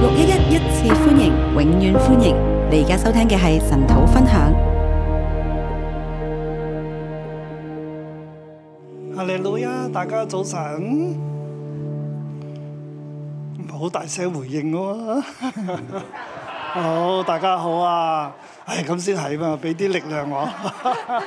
六一一一次歡迎，永遠歡迎！你而家收聽嘅係神土分享。哈利路亞，大家早晨，好大聲回應喎、 好，大家好啊，係咁先係嘛，俾啲力量我。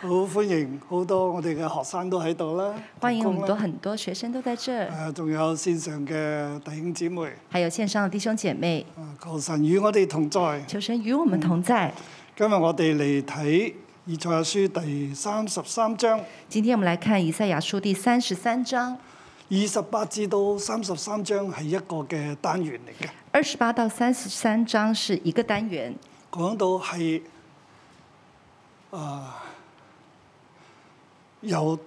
好歡迎好多我哋嘅學生都喺度啦，欢迎我们同的工啦很多学生都在这儿，誒，仲有線上嘅弟兄姊妹，还有线上的弟兄姐妹，啊求神與我哋同在。求神与我们同在。今日我哋嚟睇以賽亞書第三十三章今天我们来看以赛亚书第三十三章二十八至到三十三章係一個嘅單元嚟嘅。二十八到三十三章是一个单元，講到係呃啊、由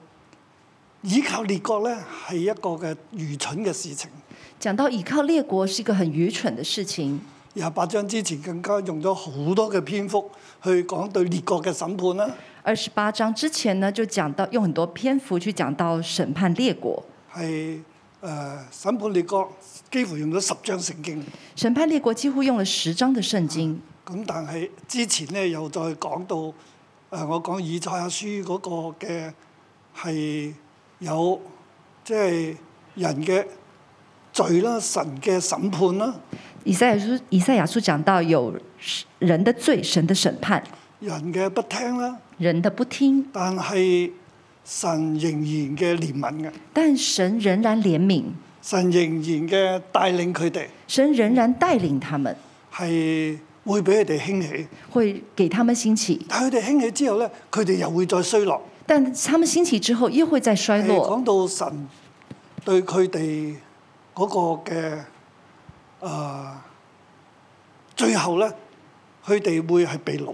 依靠列國咧係一個嘅愚蠢嘅事情。讲到倚靠列国是一个很愚蠢的事情。廿八章之前更加用咗好多嘅篇幅去講對列國嘅審判啦，二十八章之前呢，就讲到用很多篇幅去讲到审判列国，係誒、呃審判列國，幾乎用咗十章聖經。审判列国几乎用了十章的圣经。咁但係之前咧又再講到誒、呃我講以賽亞書嗰個嘅係有即係人嘅罪啦、神嘅審判啦、以赛亚书以赛亚书讲到有人的罪，神的审判，人嘅不聽啦，人的不听，但係神仍然嘅憐憫嘅，但神仍然怜悯。神仍然嘅帶領佢哋神仍然带领他们，係會俾佢哋興起，会给他们兴起，但係佢哋興起之後咧，佢哋又會再衰落。但他们兴起之后又会再衰係落。講到神對佢哋嗰個嘅誒、呃最後咧，佢哋會係被擄嘅，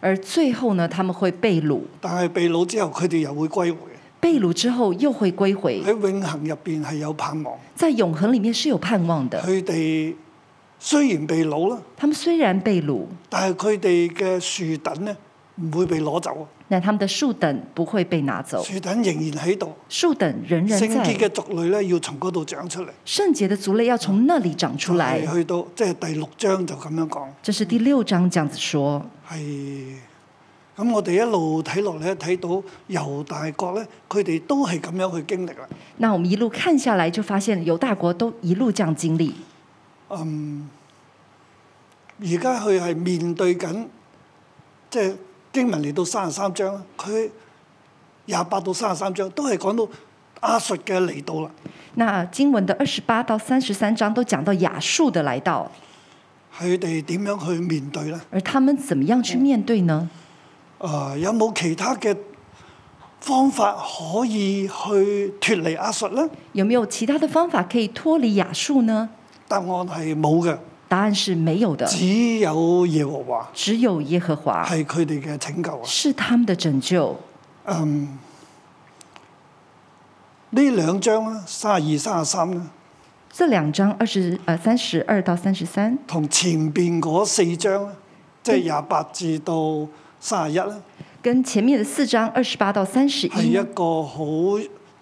而最后呢，他们会被掳，但係被擄之後，佢哋又會歸回。被掳之后又会归回，喺永恆入邊係有盼望，在永恒里面是有盼望的。佢哋雖然被擄啦，他们虽然被掳，但係佢哋嘅樹等咧唔會被攞走，但他们的树等不会被拿走，樹等仍然喺度。树等仍然聖潔在。嘅族類咧，要從嗰度長出嚟。圣洁的族类要从那里长出来就。係去到即係第六章就咁樣講。这是第六章这样子说。係。咁我哋一路睇落嚟，睇到猶大國咧，佢哋都係咁樣去經歷啦。那我们一路看下来，就发现犹大国都一路这样经历。而家佢係面對緊，即係經文嚟到三十三章啦，佢廿八到三十三章都係講到阿述嘅嚟到啦，那经文的二十八到三十三章都讲到雅述的来到，佢哋點樣去面對咧？而他们怎么样去面对呢？啊、有冇其他嘅方法可以去脱離阿述咧？有没有其他的方法可以脱离雅述呢？答案係冇嘅，答案是没有的，只有耶和華只有耶和华係佢哋嘅拯救啊！是他们的拯救。嗯，呢兩章啦，三十二、三十三啊啦，这两章二十呃三十二到三十三，同前邊嗰四章啦，即嗯係廿八至到三十一啦，跟前面的四章二十八到三十係一一個好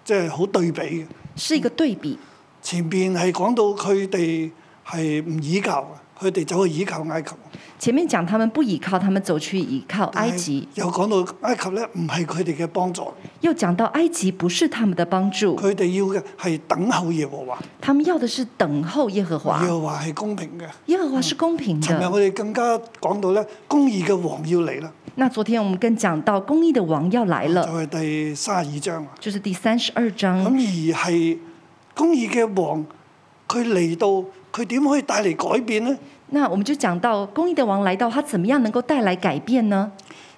即係好對比嘅。是一个对比。前邊係講到佢哋係唔倚靠嘅，佢哋走去倚靠埃及。前面讲他们不倚靠，他们走去倚靠埃但係及，又講到埃及咧，唔係佢哋嘅幫助，又講到埃及不是他们的帮助，佢哋要嘅係等候耶和華。他們要的是等候耶和华耶。和華係公平嘅。耶和华是公平尋日的。我哋更加講到咧，公義嘅王要嚟啦，那昨天我们更讲到公义的王要来就了，係第三十二章啊。就是第三十二咁章。而係公義嘅王，佢嚟到，佢點可以帶嚟改變呢？那我们就讲到公义的王来到，他怎么样能够带来改变呢？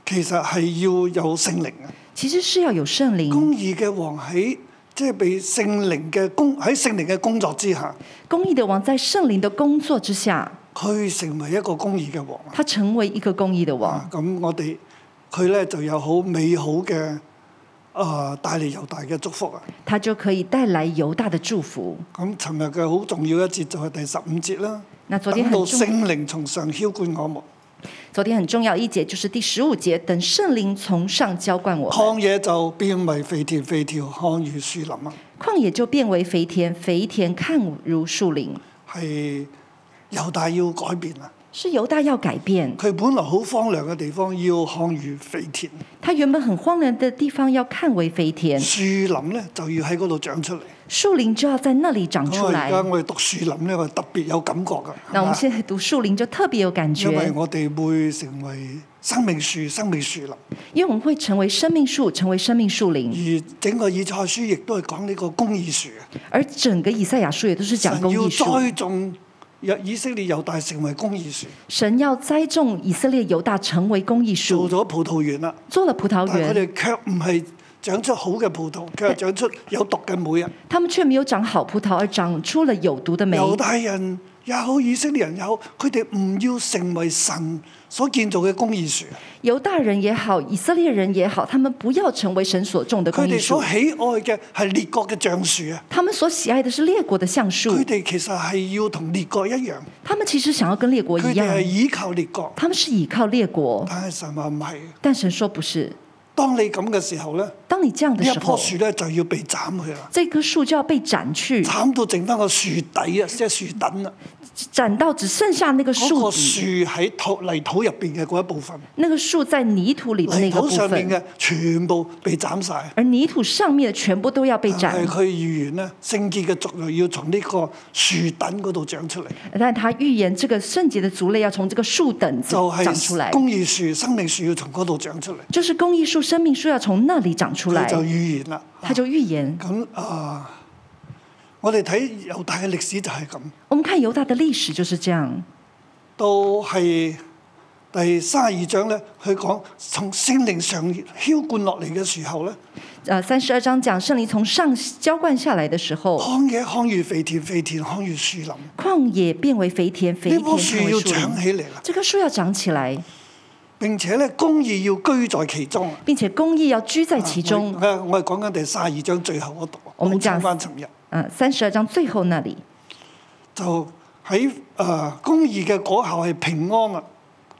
其實係要有聖靈啊！其实是要有圣灵。公義嘅王喺即係被聖靈嘅工喺聖靈嘅工作之下，公义的王在圣灵的工作之下，啊佢成為一個公義嘅王啊他成为一个公义的王啊。！咁我哋佢咧就有好美好嘅啊、呃、帶嚟猶大嘅祝福啊！他就可以带来犹大的祝福。咁尋日嘅好重要一節就係第十五節啦。那昨等天很到重聖靈從上澆灌我們，昨天很重要一节就是第十五节，等圣灵从上浇灌我们，曠野就變為肥田肥條，看如樹林啊！旷野就变为肥田，肥田看如树林。係猶大要改變啦。是猶大要改變，佢本來好荒涼嘅地方，要看如肥田，他原本很荒涼的地方要看為飛天，樹林咧就要喺嗰度長出嚟。樹林就要在那裡長咁出啊，而來。家我哋讀樹林咧，我特別有感覺噶。那我們係嘛現在讀樹林就特別有感覺，因為我哋會成為生命樹、生命樹林，因為我們會成為生命樹，成為生命樹林。而整個以賽書亦都係講呢個公義樹嘅。而整個以賽亞書也都是講神公要義樹，栽種以色列猶大成為公義樹，神要栽種以色列猶大成為公義做樹，咗葡萄園啦。做了葡萄但係佢園，哋卻唔係長出好嘅葡萄，佢係長出有毒嘅啊每日。他們卻沒有長好葡萄，而長出了有毒的梅。猶大人也好，以色列人也好，佢哋唔要成為神所建造嘅公義樹。啊猶大人也好，以色列人也好，他們不要成為神所种的公佢義哋所樹，喜愛嘅係列國嘅橡樹啊！他們所喜愛的是列國的橡樹佢，哋其實係要同列國一樣，他們其實想要跟列国一佢哋係樣，倚靠列國。他們是倚靠列国，但係神話唔係，但神說不是。當你咁嘅時候咧，呢當你這樣的一時棵候，樹咧就要被斬去啦，這棵樹就要被斬去，斬到剩翻個樹底啊，即係樹墩啦。斬到只剩下那個嗰個樹底樹喺土泥土入邊嘅嗰一部分，那个树在泥土里的那泥个土部上面分，嘅全部被斬晒。而泥土上面的全部都要被但係斩。佢預言咧，聖潔嘅族類要從呢個樹墩嗰度長出嚟，但他预言这个圣洁的族类要从这个树等子就长出係来，公義樹、生命樹要從嗰度長出嚟。就是公益树、生命树要从那里长出佢来。就預言啦。他就预言，咁啊，我哋睇猶大嘅歷史就係咁，我们看犹大的历史就是这样。到係第三十二章咧，佢講從聖靈上澆灌落嚟嘅時候咧，呃，三十二章讲圣灵从上浇灌下来的时候，康野康如肥田，肥田康如樹林，呢旷野变为肥田，肥田棵成樹为要树林長。起嚟啦。这棵树要长起来，並且咧，公義要居在其中。啊并且公益要居在其中我。係我係講緊第三十二章最後嗰度，啊我們講講翻尋日嗯，三十二章最后那里，就喺誒、呃公義嘅果效係平安啦，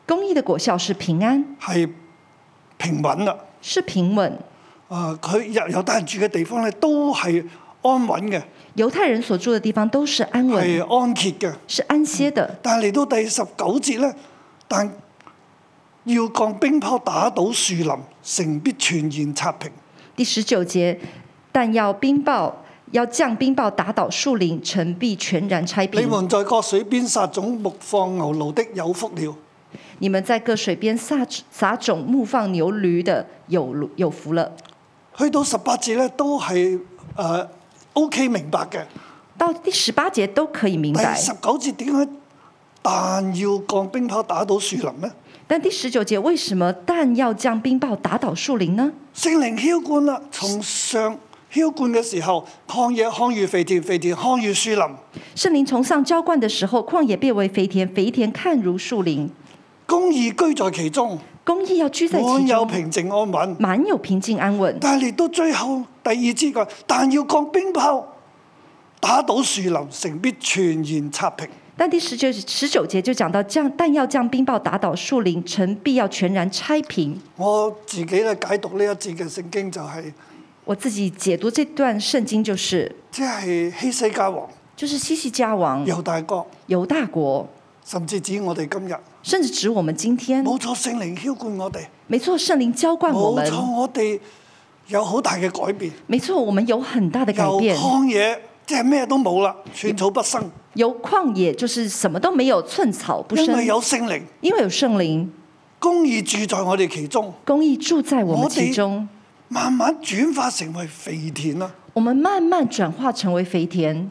公益的果效是平安，係平穩啦。是平穩。啊、佢有有大人住嘅地方咧，都係安穩嘅，犹太人所住的地方都是安係稳，安歇嘅。是安歇的。但係嚟到第十九節咧，但要降冰雹打倒樹林，城必全然刷平。第十九节，但要冰雹，要降冰雹打倒树林，城必全然拆你平。們在各水邊撒種牧放牛驢的有福了。你们在各水边撒撒种牧放牛驴的，有有福了。去到十八節咧，都係誒、呃 OK 明白嘅。到第十八节都可以明第白，十九節點解但要降冰雹打倒樹林呢？但第十九节为什么但要降冰雹打倒树林呢？聖靈澆灌啦，從上澆灌嘅時候，曠野康如肥田，肥田康如樹林。圣灵从上浇灌的时候，旷野变为肥田，肥田看如树林。公義居在其中，公义要居在滿其有中，平靜安穩。满有平静安稳。但係嚟到最後第二節佢話，但要降冰雹打倒樹林，城必全然刷平。但第十九十九节就讲到降弹药降冰雹打倒树林，城必要全然拆平。我自己咧解讀呢一節嘅聖經就係、我自己解讀这段圣经就是，即係希西家王、就是西西家王、猶大國，犹大国，甚至指我哋今日。甚至指我们今天，冇錯，聖靈澆灌我哋，没错，圣灵浇灌我冇们，錯，我哋有好大嘅改變，没错，我们有很大的改由变，曠野即係咩都冇啦，寸草不生，由旷野就是什么都没有，寸草不因生為，有聖靈，因为有圣灵，公義住在我哋其中，公义住在我我们哋其中，慢慢轉化成為肥田啦。我们慢慢转化成为肥田，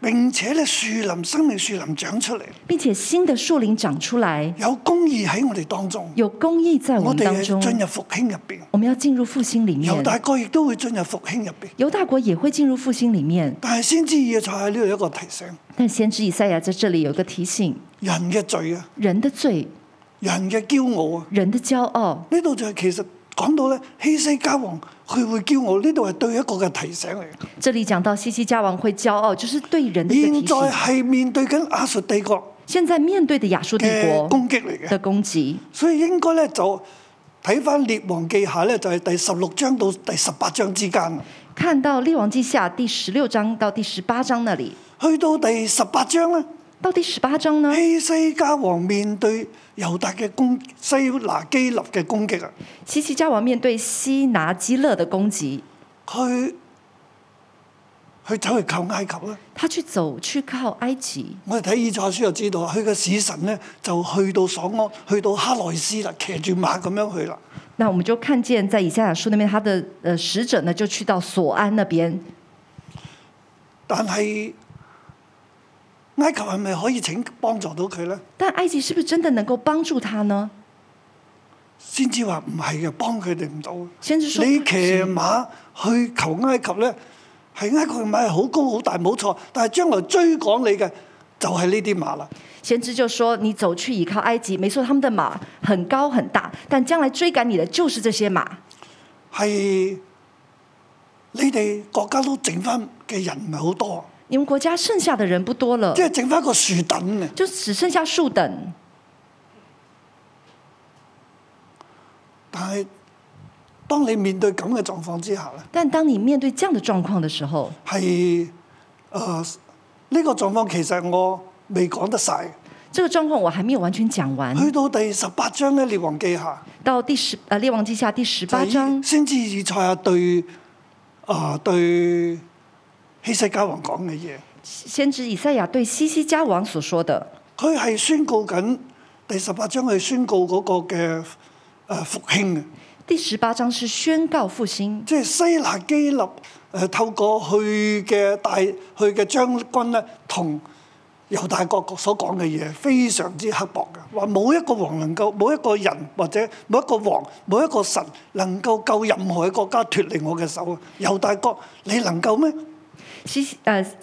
並且咧，樹林生命樹林長出嚟，并且新的树林长出来，有公義喺我哋當中，有公义在我我们哋当中係。進入復興入邊，我们要进入复兴里猶面，大國亦都會進入復興入邊。犹大国也会进入复兴里面。但係先知要就喺呢度一個提醒：但先知以赛亚在这里有一个提醒：人嘅罪啊，人的罪，人嘅驕傲啊。人的骄傲。呢度就係其實講到咧，希西家王佢會驕傲，呢度係對一個嘅提醒嚟嘅。这里讲到西西家王会骄傲，就是对人的一个現提在醒。係面對緊亞述帝國现在面对的亚述帝嘅国呃攻擊嚟嘅，的攻击，所以應該咧就睇翻《列王記下》咧，就係、第十六章到第十八章之間。看到列王记下第十六章到第十八章那里，去到第十八章咧，到第十八章呢，希西家王面對猶達嘅攻西拿基立嘅攻擊啊，希西家王面對西拿基勒的攻擊，佢佢走去靠埃及啦。他去走去靠埃及。我哋睇以賽書就知道，佢嘅使臣咧就去到所安，去到哈內斯啦，騎住馬咁樣去啦。那我們就看見在以賽亞書那邊，他的呃使者呢就去到索安那邊。但係埃及係咪可以請幫助到佢咧？但埃及是不是真的能夠幫助他呢？先至話唔係嘅，幫佢哋唔到。先知說你騎馬去求埃及咧，係埃及嘅馬係好高好大冇錯，但係將來追趕你嘅就係呢啲馬啦。先知就說：“你走去倚靠埃及，沒錯，他們的馬很高很大，但將來追趕你的就是這些馬。係你哋國家都剩翻嘅人唔係好多，你們國家剩下的人不多了即，係剩翻個樹等啊嘅。就只剩下數等。但係當你面對咁嘅狀況之下咧，但當你面對這樣的狀況的時候，係誒呢個狀況其實我未講得晒。這個狀況我還沒有完全講完。去到第十八章咧，《列王記下》到第十呃《列王記下》第十八章，先至以賽亞對啊、對希西家王講嘅嘢，先知以賽亞對西西家王所說的，佢係宣告緊第十八章去宣告嗰個嘅誒復興嘅，第十八章是宣告復興。即係西拿基立誒、呃透過佢嘅大佢嘅將軍咧，同猶大各國所講嘅嘢非常之刻薄嘅，話冇一個王能夠，冇一個人或者冇一個王，冇一個神能夠救任何嘅國家脱離我嘅手啊！猶大國你能夠咩？西呃西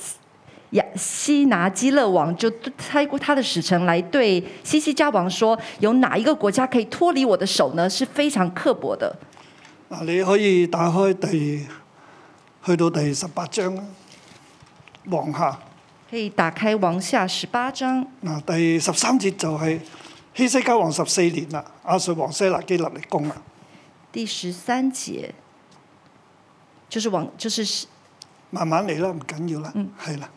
亚西拿基勒王就猜过他的使臣来对西西家王说：“有哪一个国家可以脱离我的手呢？是非常刻薄的。嗱，你可以打開第去到第十八章啦，王下。”可以打开王下十八章，嗱，第十三節就係希西家王十四年啦，亞述王西拿基立嚟攻啦。第十三节，就是王就是西慢慢嚟啦，唔緊要啦，嗯係啦、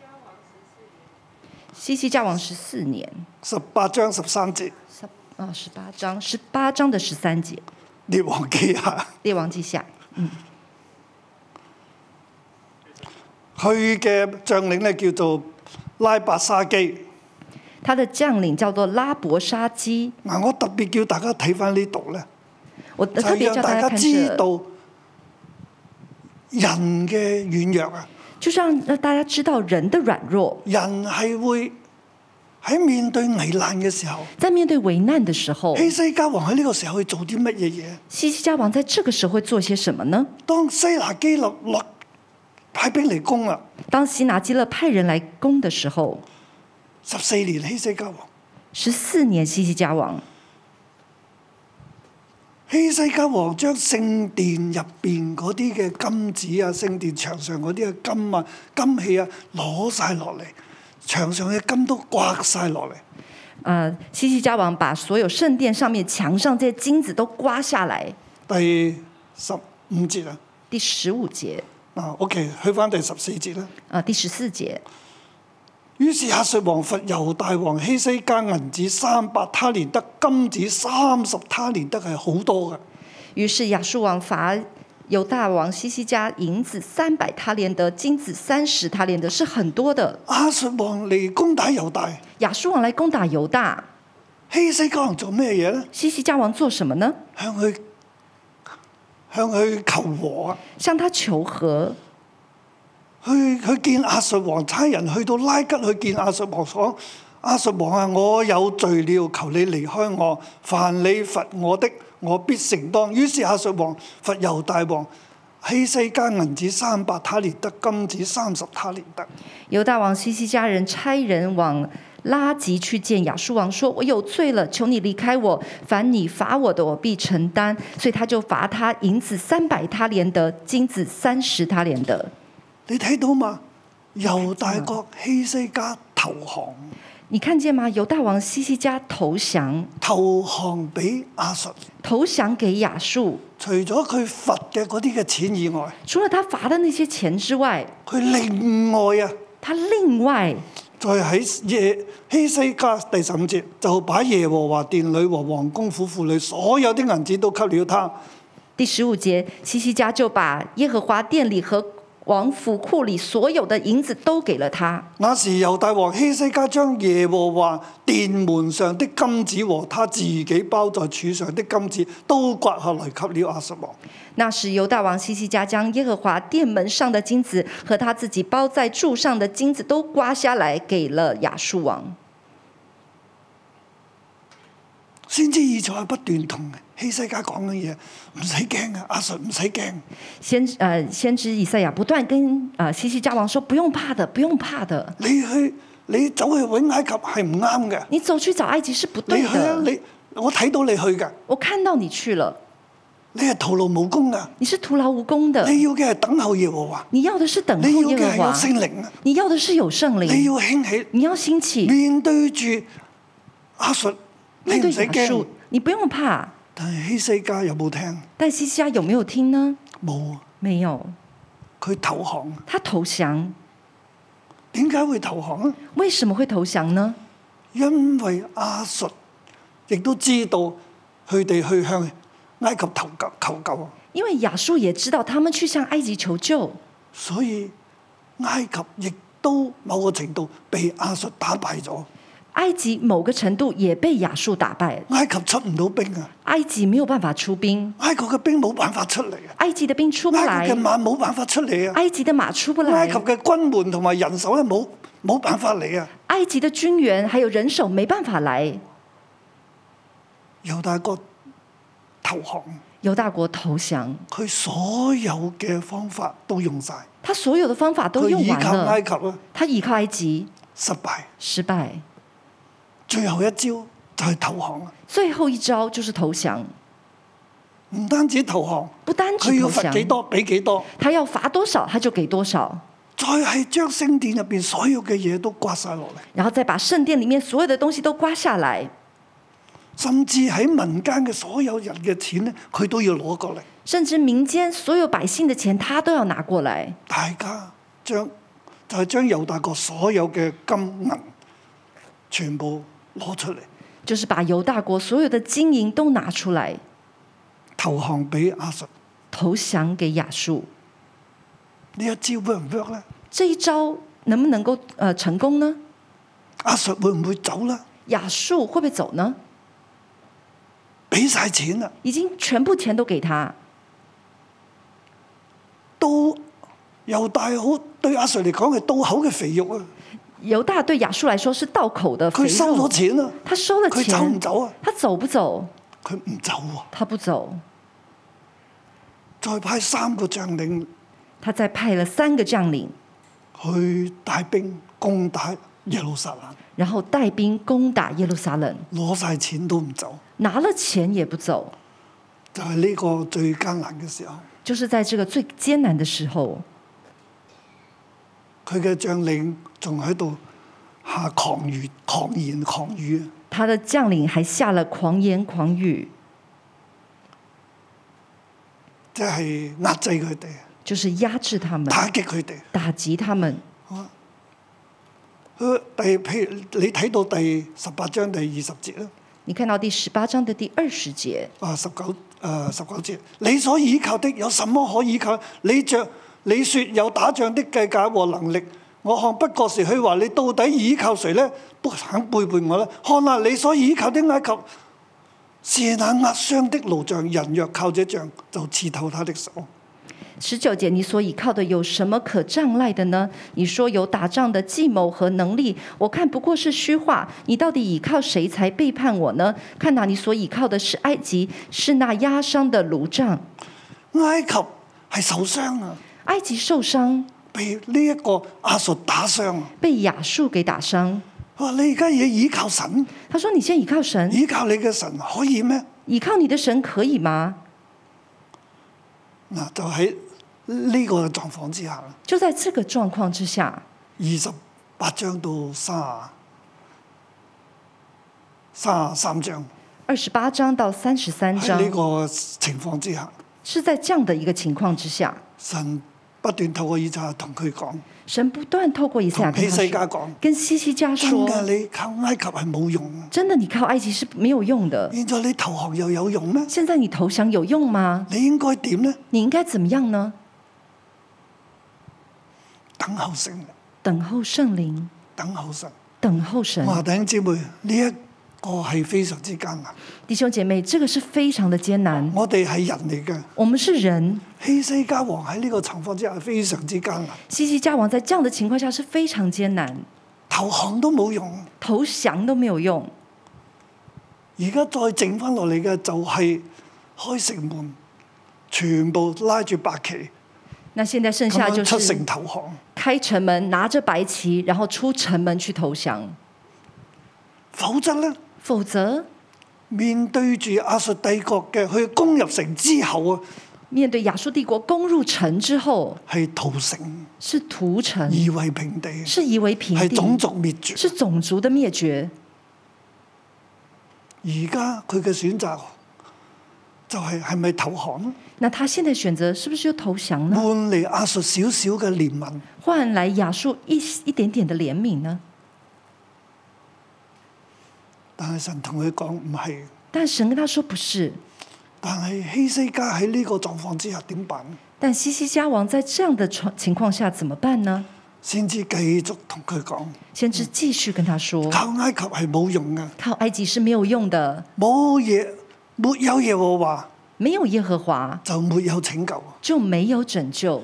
西西家王十四年十八章十三節，十啊十八章十八章的十三节，列王記下，列王记下，佢嘅將領咧叫做拉伯沙基。他的将領叫做拉伯沙基。嗱，我特別叫大家睇翻呢度咧，我就特係別讓大叫大家家看知這，道人嘅軟弱啊。就是让让大家知道人的軟弱。人係會喺面對危難嘅時候，在面對危難的時候，希西家王喺呢個時候去做啲乜嘢嘢？西西家王在這個時候會做些什麼呢？當西拿基立落派兵嚟攻啦，當西拿基勒派人來攻的時候，十四年希西家王，十四年西西家王，希西家王將聖殿入邊嗰啲嘅金子啊，聖殿牆上嗰啲嘅金啊、金器啊攞晒落嚟，牆上嘅金都刮晒落嚟。呃，西西家王把所有聖殿上面牆上這些金子都刮下來。第十五節啊，第十五節，嗱，OK，去翻第十四節啦。呃，第十四節，於是亞述王罰猶大王希西家銀子三百他連得，金子三十他連得係好多嘅。於是亞述王罰猶大王西西家銀子三百他連得，金子三十他連得，是很多的。亞述王嚟攻打猶大，亞述王來攻打猶大，希西家王做咩嘢咧？西西家王做什麼呢？向佢向佢求和啊！向他求和，去佢見亞述王差人去到拉吉去見亞述王講：亞述王啊，我有罪了，求你離開我。凡你罰我的，我必承當。於是亞述王罰猶大王希西家銀子三百他連得，金子三十他連得。犹大王西西家人差人往拉吉去见亚述王，说：“我有罪了，求你离开我。凡你罚我的，我必承担。”所以他就罚他银子三百他连得，金子三十他连得。你睇到嘛？猶大國希西家投降，你看见吗？犹大王西西家投降，投降俾亞述。投降给亚述。除咗佢罰嘅嗰啲嘅錢以外，除了他罚的那些钱之外，佢另外啊他另外再喺耶希西家第十五節，就把耶和華殿裏和王宮府婦女所有的銀子都給了他。第十五节，西西家就把耶和华殿里和王府库里所有的银子都给了他。那時猶大王希西家將耶和華殿門上的金子和他自己包在柱上的金子都刮下來給了亞述王。那时犹大王西西家将耶和华殿门上的金子和他自己包在柱上的金子都刮下来给了亚述王。先知以賽不斷同希西家講緊嘢，唔使驚啊，亞述唔使驚。先呃，先知以赛亚不断跟呃西西家王说：“不用怕的，不用怕的，你去你走去揾埃及係唔啱嘅，你走去找埃及是不你对去啊的。你我睇到你去㗎，我看到你去了，你係徒勞無功㗎。你是徒劳无功的。你要嘅係等候耶和華，你要的是呃等你要候耶嘅係和有华，聖靈啊，你要的是有圣你灵，要興起，你要兴起面對住亞述，你面唔对使亚驚述。，你不用怕。但係希西家有冇聽？但西西家有没有听呢？冇啊，没有，佢投降。他投降。點解會投降啊？为什么会投降呢？因為亞述亦都知道佢哋去向埃及投救求救啊，因为亚述也知道他们去向埃及求救，所以埃及亦都某個程度被亞述打敗咗。埃及某个程度也被亚述打败，埃及出唔到兵啊，埃及没有办法出兵，埃及嘅兵冇辦法出嚟啊，埃及的兵出不埃来及嘅，馬冇辦法出嚟啊，埃及的马出不埃来及，嘅軍援同埋人手咧冇冇辦法嚟啊。埃及的军援还有人手没办法来，猶大國投降，犹大国投降，佢所有嘅方法都用晒，他所有的方法佢都用依完靠埃了，及啦，他依靠埃及失敗。失败，最後一招就係投降啦，最后一招就是投降，唔單止投降，不单佢只要投罰幾降，多俾幾多，他要罚多少他就给多少，再係將聖殿入邊所有嘅嘢都刮晒落嚟，然后再把圣殿里面所有的东西都刮下来，甚至喺民間嘅所有人嘅錢咧，佢都要攞過嚟，甚至民间所有百姓的钱，他都要拿过来，大家將就係、將猶大國所有嘅金銀全部攞出嚟就是把犹大国所有的金银都拿出来投降俾亞述，投降给亚述。呢一招 work 唔 work 咧？这一招能不能够呃成功呢？阿述會唔會走啦？亚述会不会走呢？俾晒啊錢啦，已经全部钱都给他，都又大好對阿述嚟講係刀口嘅肥肉啊！犹大对亚述来说是倒口的肥佢收肉咗。錢啦，他收了佢走唔钱，走啊？他走不走？佢唔走啊！他不走。再派三個將領他再派了三个将领，去帶兵攻打耶路撒冷，然后带兵攻打耶路撒冷，攞晒錢都唔走，拿了钱也不走，就係、呢個最艱難嘅時候。就是在这个最艰难的时候，佢嘅將領仲喺度下狂語、狂言、狂語啊！他的将领还下了狂言狂语，即係壓制佢哋、就是压制他们，打擊佢哋。打击他们。佢第譬如你睇到第十八章第二十節啦，你看到第十八章的第二十节，啊十九誒十九節，你所倚靠的有什麼可倚靠？你着你説有打仗的計價和能力，我看不過是虛話。你到底倚靠誰呢？不肯背叛我呢？看啊，你所倚靠的埃及是那壓傷的路障，人若靠這杖，就刺透他的手。十九节，你所倚靠的有什么可障碍的呢？你说有打仗的计谋和能力，我看不过是虚话。你到底倚靠谁才背叛我呢？看到你所倚靠的是埃及，是那压伤的炉杖。埃及係受傷啊，埃及受伤，被呢一個亞述打傷啊！被亚述给打伤。佢話你而家要倚靠神。他说：“你现在倚靠神，依靠你嘅神可以咩？倚靠你的神可以吗嗱，就喺呢個狀況之下，？”就在这个状况之下，二十八章到卅卅三章二十八章到三哎十三章喺呢個情況之下，是在这样的一个情况之下，神不斷透過以賽亞同佢講，神不断透过以赛亚同跟希他西说家講：跟西西家真说，㗎，你靠埃及係冇用啊！真的，你靠埃及是没有用的。現在你投降又有用咩？现在你投降有用吗？你應該點呢？你应该怎么样呢？等候神，等候圣灵，等候神。等候神我。話弟兄姊妹，呢、一個係非常之艱難。弟兄姐妹，这个是非常的艰难。我哋係人嚟嘅，我们是人，希西家王喺呢個情況之下非常之艱難，西西家王在这样的情况下是非常艰难，投降都冇用。投降都没有用。而家再剩翻落嚟嘅就係開城門，全部拉住白旗，那现在剩咁下就樣出城是投降。开城门，拿着白旗，然后出城门去投降。否則呢，否则，面對住亞述帝國嘅佢攻入城之後啊，面对亚述帝国攻入城之后，係屠城，是屠城，夷為平地，嗯是夷为平係地，種族滅絕。是种族的灭绝。而家佢嘅選擇就係係咪投降呢那他现在选择是不是就投降呢？換嚟亞述少少嘅憐憫，换来亚述一一点点的怜悯呢？但係神同佢講唔係。但神跟他说不是。但係希西家喺呢個狀況之下點辦？但西西家王在这样的情情况下怎么办呢？先至繼續同佢講。先知继续跟他说，靠埃及係冇用嘅，靠埃及是没有用的，冇耶沒有耶和華没有耶和华就沒有拯救，就没有拯救，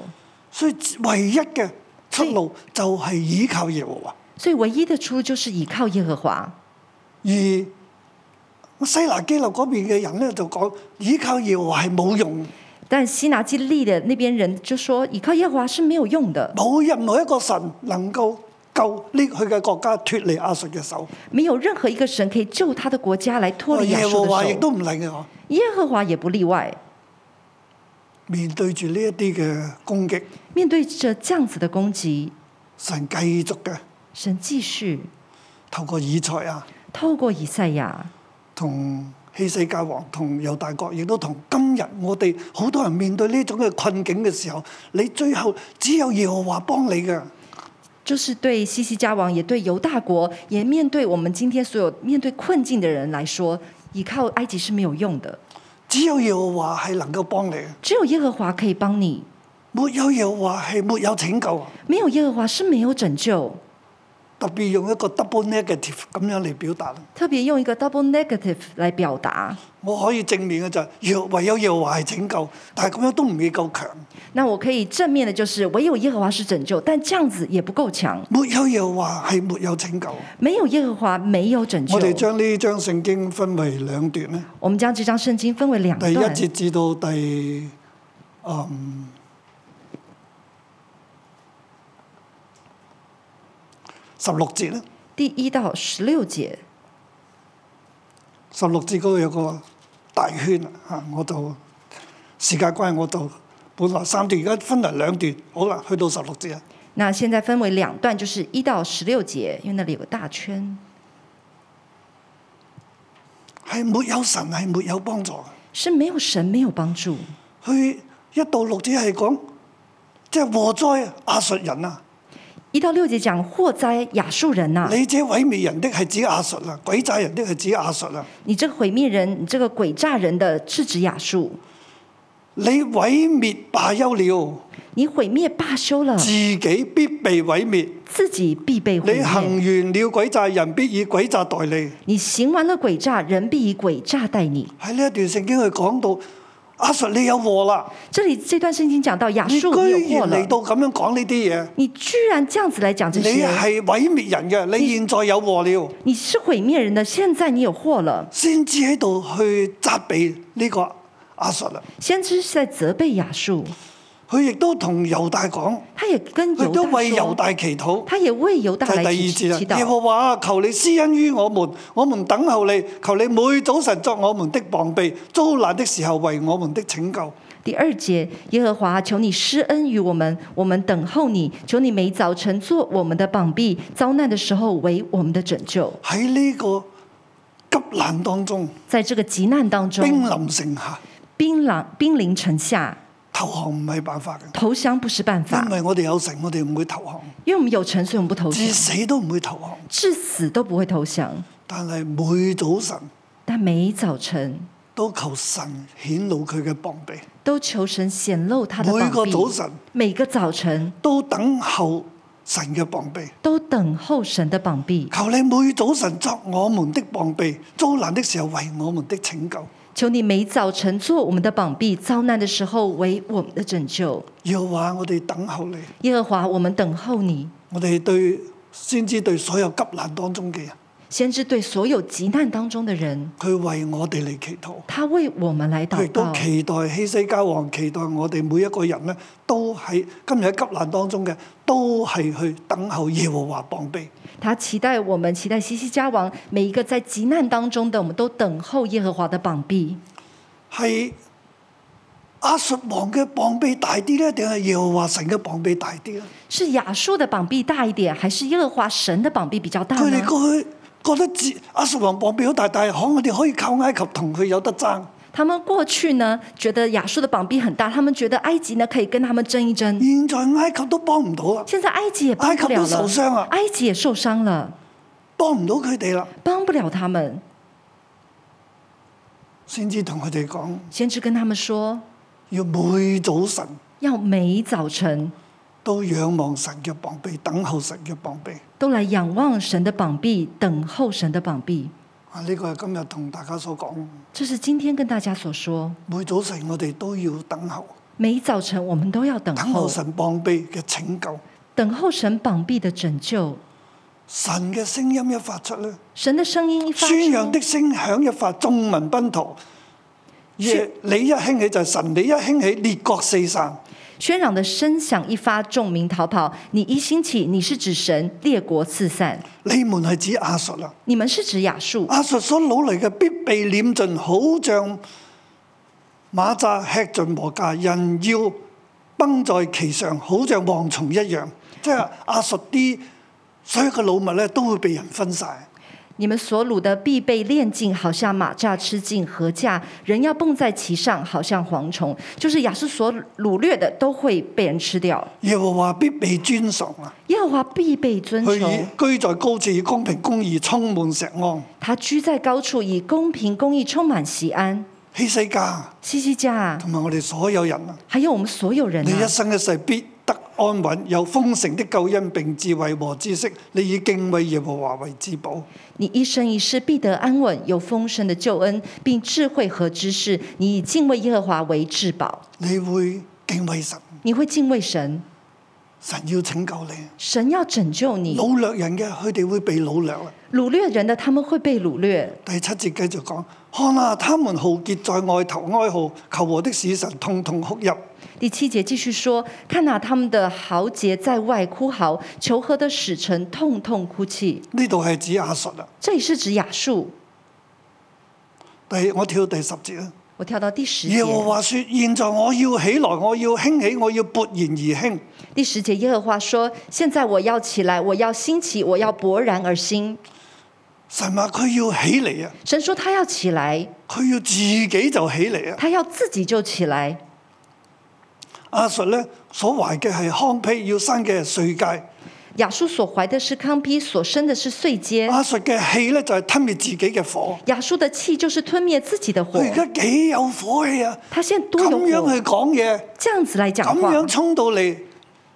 所以唯一嘅出路就係依靠耶和華。所以唯一的出路就是倚靠耶和华。而西拿基立嗰邊嘅人咧就講依靠耶和華係冇用，但西拿基利的那边人就说，倚靠耶和华是没有用的，冇任何一個神能夠救呢佢嘅國家脱離亞述嘅手，没有任何一个神可以救他的国家来脱离亚哦耶述和的華亦手，都唔能嘅。耶和华也不例外。面對住呢一啲嘅攻擊，面对着这样子的攻击，神繼續嘅神继续透過以賽亞。透过以赛亚，同希西家王、同猶大國，亦都同今日我哋好多人面對呢種嘅困境嘅時候，你最後只有耶和華幫你嘅。就是对西西家王，也对犹大国，也面对我们今天所有面对困境的人来说，依靠埃及是没有用的，只有耶和華係能夠幫你嘅，只有耶和华可以幫你，沒有耶和華係沒有拯救啊！没有耶和华是没有拯救。特別用一個 double negative 咁樣嚟表達，特别用一个 double negative 来表达，我可以正面嘅就係、耶唯有耶和華係拯救，但係咁樣都唔會夠強。那我可以正面的就是唯有耶和华是拯救，但这样子也不够强，沒有耶和華係沒有拯救。没有耶和华没有拯救我。哋將呢章聖經分為兩段咧。我们将这张圣经分为两第一段，節至到第嗯十六節咧，第一到十六节。十六節嗰度有個大圈啊嚇，我就時間關係，我就本來三段，而家分為兩段，好啦，去到十六節啊。那现在分为两段，就是一到十六节，因为那里有个大圈，係沒有神係沒有幫助嘅，是没有神没有幫助。佢一到六節係講即係禍災亞述人啊，一到六节讲祸灾亚述人啊呐、你這毀滅人的係指亞述啊，鬼詐人的係指亞述啊。你这个毁灭人，你这个诡诈人的是指亚述，你毀滅罷休了，你毁灭罢休了，自己必被毀滅。自己必被毁你行灭。完了鬼詐，人必以鬼詐待你。你行完了诡诈，人必以诡诈待你。喺呢一段聖經佢講到，阿述你有禍啦，这里这段圣经讲到亚你居述你有祸然嚟了，到咁樣講呢啲嘢，你居然这样子来讲这你些，係毀滅人嘅，你現在有禍了，你是毁灭人的，现在你有祸了。先至喺度去責備呢個阿述啊啦。先知是在责备亚述，佢亦都同猶大講，他也跟佢犹都大為猶说，大祈禱。他也为犹大就係来第祈二祈節啦，耶祷。和華啊，求你施恩於我們，我們等候你，求你每早晨作我們的膀臂，遭難的時候為我們的拯救。第二节，耶和华，求你施恩于我们，我们等候你，求你每早晨做我们的膀臂，遭难的时候为我们的拯救。喺呢個急難當中，在这个急难当兵中，臨城下，槟榔兵临城下，投降唔係辦法嘅，投降不是办法因，為我哋有神，我哋唔會投降，因为我们有神，所以我们不投降至，死都唔會投降。至死都不会投降。但係每早晨但每早晨都求神顯露佢嘅膀臂，都求神显露他的每膀個臂，早晨每个早晨都等候神嘅膀臂。都等候神的膀臂。求你每早晨作我們的膀臂，遭難的時候為我們的拯救。求你每早晨做我们的膀臂，遭难的时候为我们的拯救。要話我哋等候你，耶和华，我们等候你。我哋對先知對所有急難當中嘅人，先知对所有急难当中的人，佢為我哋嚟祈禱。他为我们来佢亦祷都告。期待希西家王，期待我哋每一個人咧，都喺今日喺急難當中嘅，都係去等候耶和華膀臂。他期待我们，期待西西家王，每一个在急难当中的，我们都等候耶和华的膀臂。係阿述王嘅膀臂大啲咧，定係耶和華神嘅膀臂大啲咧？是亚述的膀臂大一点，还是耶和华神的膀臂比较大佢哋呢？過去覺得自阿述王膀臂好大，但係可我哋可以靠埃及同佢有得爭。他们过去呢，觉得亚述的膀臂很大，他们觉得埃及呢可以跟他们争一争。現在埃及都幫唔到啦，现在埃及也埃帮及不了都受了，傷啦，埃及也受伤了，幫唔到佢哋啦。帮不了他们。先至同佢哋講，先知跟他们说，要每早晨要每早晨都仰望神嘅膀臂，等候神嘅膀臂。都来仰望神的膀臂，等候神的膀臂。啊！呢個係今日同大家所講，这是今天跟大家所说，每早晨我哋都要等候，每早晨我们都要等等候候，神膀臂嘅拯救。等候神膀臂的拯救。神嘅聲音一發出咧，神的聲音一发宣揚的出，聲響一發，眾民奔逃。耶宣你一興起就係神，你一興起列國四散。喧嚷的声响一发，众民逃跑。你一兴起，你是指神，列国四散。你們係指亞述啦，你们是指亚述，亞述所擄嚟嘅必被殄盡，好像馬扎吃盡禾價，人要崩在其上，好像蝗蟲一樣。即係亞述啲所有嘅老物咧，都會被人分晒。你们所掳的必被炼尽，好像马扎吃尽禾稼，人要蹦在其上，好像蝗虫。就是亚述所掳掠的，都会被人吃掉。耶和華必被尊崇啊！耶和华必被尊佢崇以，居在高處，以公平公義充滿石安。他居在高处，以公平公义充满西安。希西家西西家啊，同埋我哋所有人啊，还有我们所有人你一啊，生一世必得安穩，有豐盛的救恩並智慧和知識。你以敬畏耶和華為至寶。你一生一世必得安稳，有丰盛的救恩，并智慧和知识。你以敬畏耶和华为至宝，你會敬畏神，你会敬畏神，神要拯救你。神要拯救你。掳掠人嘅，佢哋會被掳掠啦。掳掠人的他们会被掳掠。第七節繼續講：看啊，他們浩劫在外頭哀號，求和的使神痛痛哭泣。第七节继续说：看哪、他们的豪杰在外哭嚎，求和的使臣痛痛哭泣。呢度係指亞述啊。这里是指亚述。第我跳第十節啦。我跳到第十节耶，和華說：現在我要起來，我要興起，我要勃然而興。第十节耶和华说：“现在我要起来，我要兴起，我要勃然而兴。神話佢要起嚟啊，”神说他要起来，佢要自己就起嚟啊。他要自己就起来。阿述咧所懷嘅係糠秕，要生嘅係碎秸。亚述所怀的是糠皮，所生的是碎秸。阿述嘅氣咧就係吞滅自己嘅火。亚述的气就是吞灭自己的火佢。而家幾有火氣啊！他现在多哎咁有樣火去，講嘢，这样子来讲咁话，樣衝到嚟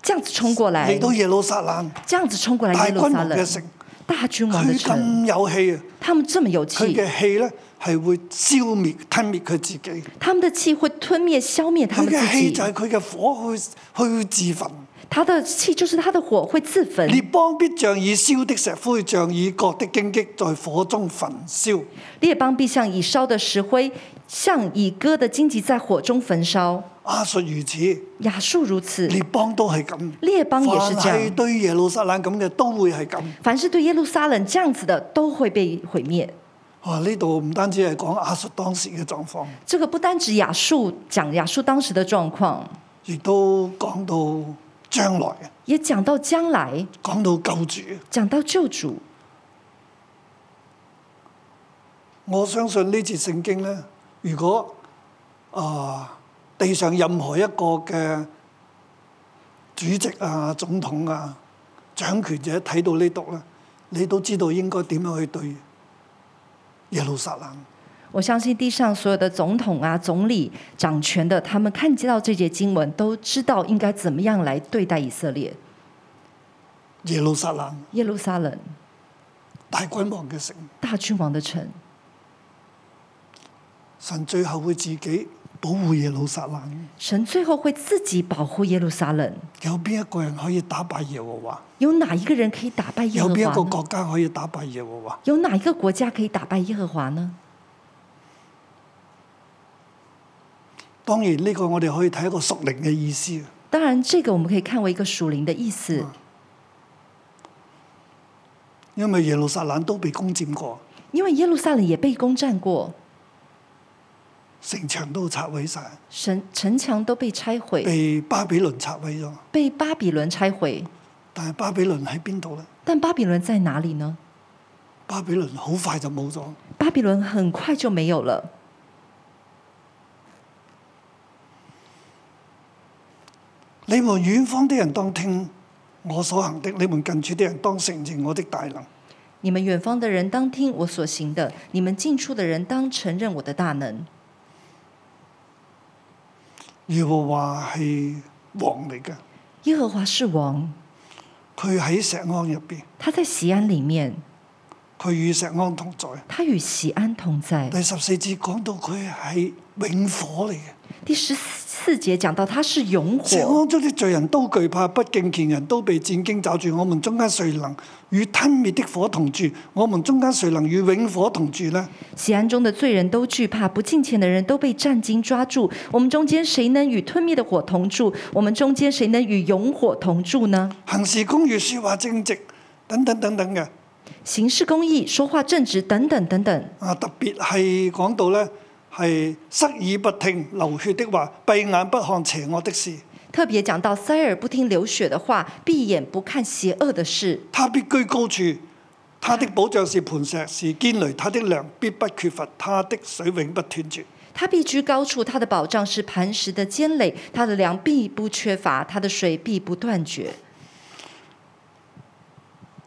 这样子冲过来嚟，到耶路撒冷，这样子冲过来大耶君路撒王冷嘅，城，大君王的佢城，咁有氣啊！他们这么有佢气，嘅氣咧係會消滅吞滅佢自己，佢他们的气会吞灭、消灭他们嘅自氣己嗯就。係佢嘅火去去自焚。他的气就是他的火会自焚，列邦必像以燒的石灰，像以割的荊棘，在火中焚燒。列邦必像已烧的石灰，像已割的荆棘在火中焚烧。亞述如此，亚述如此，列邦都係咁。嗯列邦也是凡这係样。對耶路撒冷咁嘅，都會係咁。凡是对耶路撒冷这样子的，都会被毁灭。哇！呢度唔單止係講亞述當時嘅狀況，这个不单指亚述，讲亚述当时的状况，亦都講到啊將來嘅，也讲到将来，講到救主。讲到救主。我相信呢節聖經咧，如果啊、地上任何一個嘅主席啊、總統啊、掌權者睇到呢度咧，你都知道應該點樣去對耶路撒冷。我相信地上所有的总统啊、总理、掌权的，他们看见到这节经文，都知道应该怎么样来对待以色列、耶路撒冷耶路撒冷、大君王嘅城，大君王的城。神最後會自己保護耶路撒冷。神最后会自己保护耶路撒冷。有邊一個人可以打敗耶和華？有哪一个人可以打败耶有和邊一個华呢？國家可以打敗耶和華？有哪一个国家可以打败耶和华呢？當然呢個我哋可以睇一個屬靈嘅意思。啊当然，这个我们可以看为一个属灵的意思，因為耶路撒冷都被攻佔過，因为耶路撒冷也被攻占过，城牆都拆毀晒，城城墙都被拆毁，被巴比倫拆毀咗。被巴比伦拆毁。但係巴比倫喺邊度呢？但巴比伦在哪里呢？巴比倫好快就冇咗。巴比伦很快就没有了。你們遠方的人當聽我所行的，你們近處的人當承認我的大能。你们远方的人当听我所行的，你们近处的人当承认我的大能。耶和華係王嚟嘅，耶和华是王，佢喺石安入邊，他在西安里面，佢與石安同在。他与西安同在。第十四節講到佢係永火嚟嘅，第十四节讲到他是永石火，安中的罪人都懼怕，不敬虔人都被戰驚找住。我們中間誰能與吞滅的火同住？我們中間誰能與永火同住呢？西安中的罪人都惧怕，不敬虔的人都被战惊抓住。我们中间谁能与吞灭的火同住？我们中间谁能与永火同住呢？行事公義、説話正直，等等等等嘅。行事公义，说话正直，等等等等。啊，特別係講到咧，係塞耳不聽流血的話，閉眼不看邪惡的事。特别讲到塞耳不听流血的话，闭眼不看邪恶的事。他必居高處，他的保障是磐石，是堅壘，他的糧必不缺乏，他的水永不斷絕。他必居高处，他的保障是磐石的坚垒，他的粮必不缺乏，他的水必不断绝。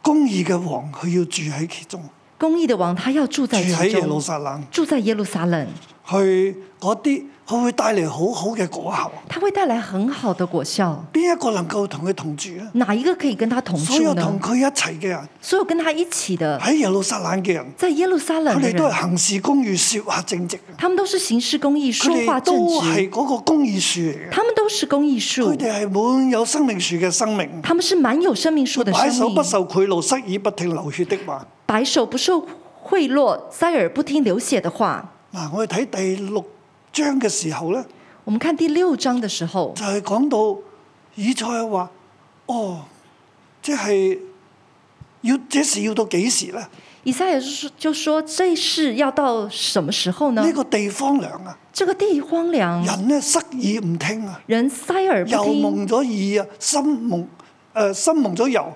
公義嘅王，佢要住喺其中，公义的王，他要住住在喺其耶路中，撒冷，住在耶路撒冷，佢嗰啲佢會帶嚟好好嘅果效。他会带来很好的果效。邊一個能夠同佢同住咧？哪一个可以跟他同所有住啊同呢？佢一齊嘅人，所有跟他一起的，喺耶路撒冷嘅人，在耶路撒佢冷的哋都係人，行事公義、説話正直嘅，他们都是行事公义，说佢话哋正都直，係嗰個公義樹嚟嘅。他们都是公益树佢，哋係滿有生命樹嘅生命，他们是满有生命树的擺生手不命，受賄賂，失耳不聽流血的話。白手不受贿赂，塞耳不听流血的话。嗱，我哋睇第六章嘅時候咧，我们看第六章的时候，就係、講到以賽亞話：哦，即係要這事要到幾時咧？以赛亚就说就说这事要到什么时候呢呢、？個地方涼啊，这个地荒凉，人咧塞耳唔聽啊，人塞耳又不听，蒙咗耳啊，心蒙誒、呃心蒙咗油，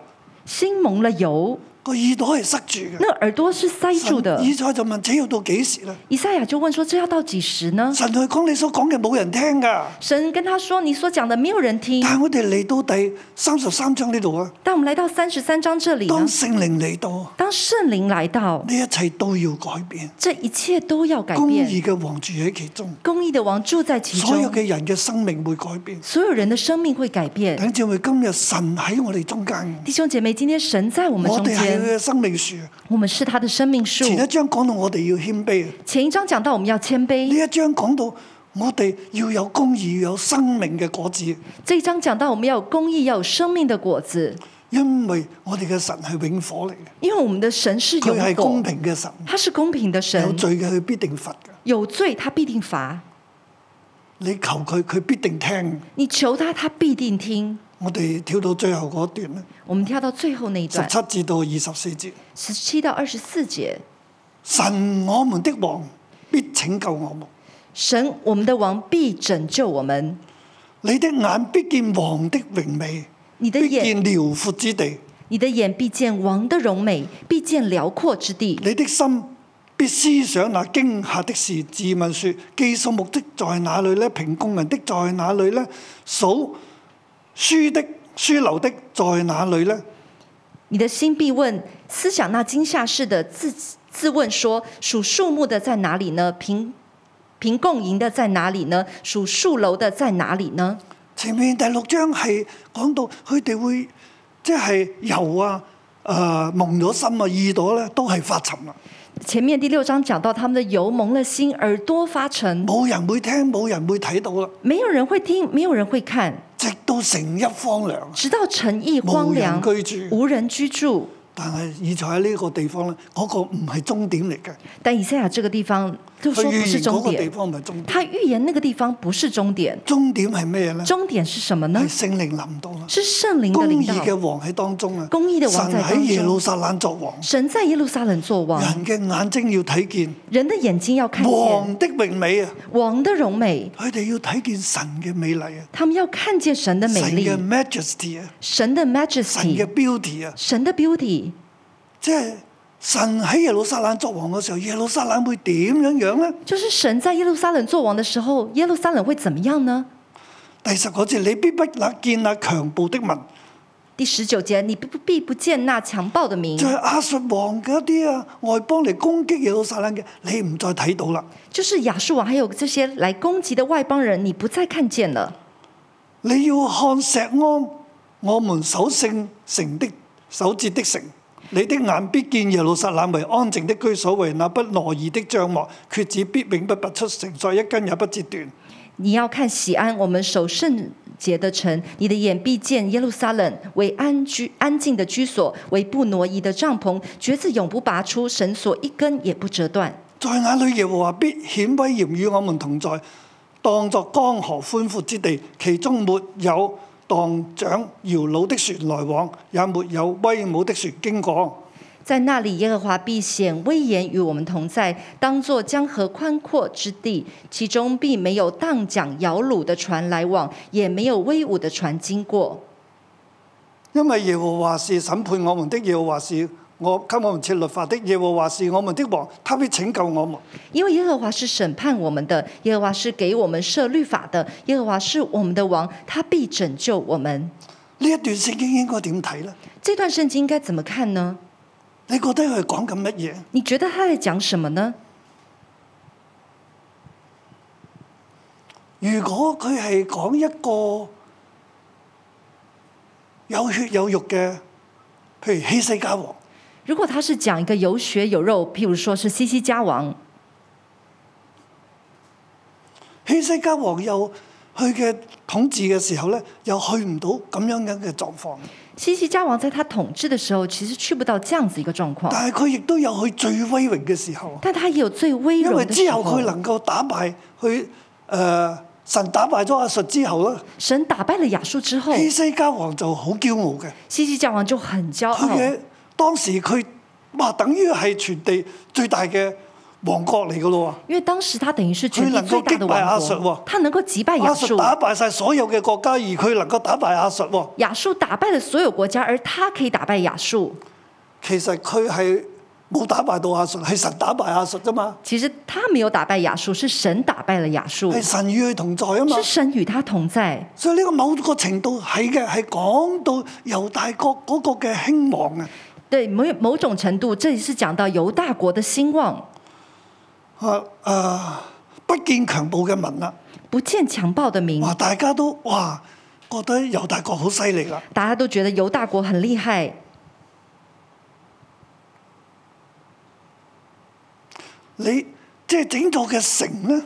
心蒙了油，個耳朵係塞住嘅。那耳朵是塞住的神。以賽就問：這要到幾時咧？以赛亚就问说：这要到几时呢？神佢講：你所講嘅冇人聽㗎。神跟他说：“你所讲的没有人听。但係我哋嚟到第三十三章呢度啊，”但我们来到三十三章这里呢當，聖靈嚟到，呢当圣灵来到，一切都要改變。这一切都要改公義变。嘅王住喺其中，公义的王住在其所有中，嘅人嘅生命會改變。所有人的生命会改变。等姊妹，今日神喺我哋中間，弟兄姐妹，今天神在我们我中哋係佢间，嘅生命樹。我们是他的生命树。前一章講到我哋要謙卑，啊呢前一章讲到我们要谦卑，一章講到我哋要有公義，要有生命嘅果子，这一章讲到我们要有公义，要有生命的果子，因為我哋嘅神係永火嚟嘅，因为我们的神是佢係有公果，平嘅神，他是公平的有神，罪嘅佢必定罰嘅。有罪他必定罚，你求佢，佢必定聽。你求他，他必定听。我哋跳到最後嗰段咧。我们跳到最后那一十段，七至到二十四節，十七到二十四节，神我們的王必拯救我們，神我们的王必拯救我们，你的眼必見王的榮美，你的必眼，見遼闊之地，你的眼必见王的荣美，必见辽阔之地，你的心必思想那驚嚇的事，自問說：記數目的在哪裏呢？評工人的在哪裏呢？數書的書流的在哪裏呢？你的心必问，思想那惊吓式的自自问说：属树木的在哪里呢？凭凭共赢的在哪里呢？属树楼的在哪里呢？前面第六章係講到佢哋會即係油啊、誒、蒙咗心啊、耳朵咧都係發沉啦，前面第六章讲到他们的油蒙了心，耳朵发沉，冇人會聽，冇人會睇到啦，没有人会听，没有人会看，直到城邑荒涼，直到城邑荒冇凉，人居住。无人居住。但係以賽喺呢個地方咧，嗰、個唔係終點嚟嘅，但以赛亞这个地方就佢说不預是言嗰终個地点，方唔係終點。他预言那个地方不是终点，終點係咩咧？终点是什么呢係？聖靈臨到啦，是聖灵的哎公领義嘅导。王喺當中啊，公義嘅王神在當中喺耶路撒冷作王，神在耶路撒冷作王，人嘅眼睛要睇見人的眼睛要看见王的榮美啊！王的荣美，佢哋要睇見神嘅美麗啊，他们要看见神的神美丽，嘅 majesty 啊，神的神嘅 majesty， beauty 啊，神的 beauty。即係神喺耶路撒冷作王嘅時候，耶路撒冷會點樣樣咧？就是神在耶路撒冷作王的时候，耶路撒冷会怎么样呢？第十九節，你必不那見那強暴的民，第十九节，你必不必不见那强暴的民就，係亞述王嗰啲啊外邦嚟攻擊耶路撒冷嘅，你唔再睇到啦。就是亚述王还有这些来攻击的外邦人，你不再看见了。你要看石安，我們守聖城的守節的城。你的眼必見耶路撒冷為安靜的居所，為那不挪移的帳幕，橛子必永不拔出，繩索一根也不折斷。你要看喜安，我们守圣洁的城，你的眼必见耶路撒冷为安居安静的居所，为不挪移的帐篷，橛子永不拔出，绳索一根也不折断。在眼裏耶和華必顯威嚴與我們同在，當作江河寬闊之地，其中沒有蕩槳搖橹的船來往，也沒有威武的船經過。在那里，耶和华必显威严与我们同在，当作江河宽阔之地，其中必没有荡桨摇橹的船来往，也没有威武的船经过。因為耶和華是審判我們的，耶和華是我給我們設律法的，耶和華是我們的王，他必拯救我們。因为耶和华是审判我们的，耶和华是给我们设律法的，耶和华是我们的王，他必拯救我们。呢一段聖經應該點睇呢？这段圣经该怎么看呢？你覺得佢講緊乜嘢？你觉得他在讲什么呢？如果佢係講一個有血有肉嘅，譬如希西家王，如果他是讲一个有血有肉，譬如说是西西家王，希西家王又佢嘅統治嘅時候咧，又去唔到咁樣樣嘅狀況，西西家王在他统治的时候，其实去不到这样子一个状况。但係佢亦都有佢最威榮嘅時候。但他也有最微因柔為的时之後候佢。能夠打敗佢誒、呃神打敗咗阿術之後咧，神打敗了亚述之后，希西家王就好驕傲嘅。西西家王就很驕佢傲。嘅當時佢哇，等於係全地最大嘅王國嚟噶咯因為當時他等於是全地最大佢能夠擊的敗亞王述喎国，他能夠擊敗喎。亞亞述述，打敗晒所有嘅國家，而佢能夠打敗亞述喎。亞述打敗了所有國家，而他可以打敗亞述。其實佢係冇打敗到亞述，係神打敗亞述啫嘛，其實他沒有打敗亞述，是神打敗了亞述，係神與佢同在啊嘛嗯是。神與他同在。所以呢個某個程度係嘅，係講到猶大國嗰個嘅興亡啊。對某某種程度，這裡是講到猶大國的興旺，啊啊！不見強暴嘅民啦，不見強暴的民，哇！大家都哇覺得猶大國好犀利啦。大家都覺得猶大國很厲害。你即係整座嘅城咧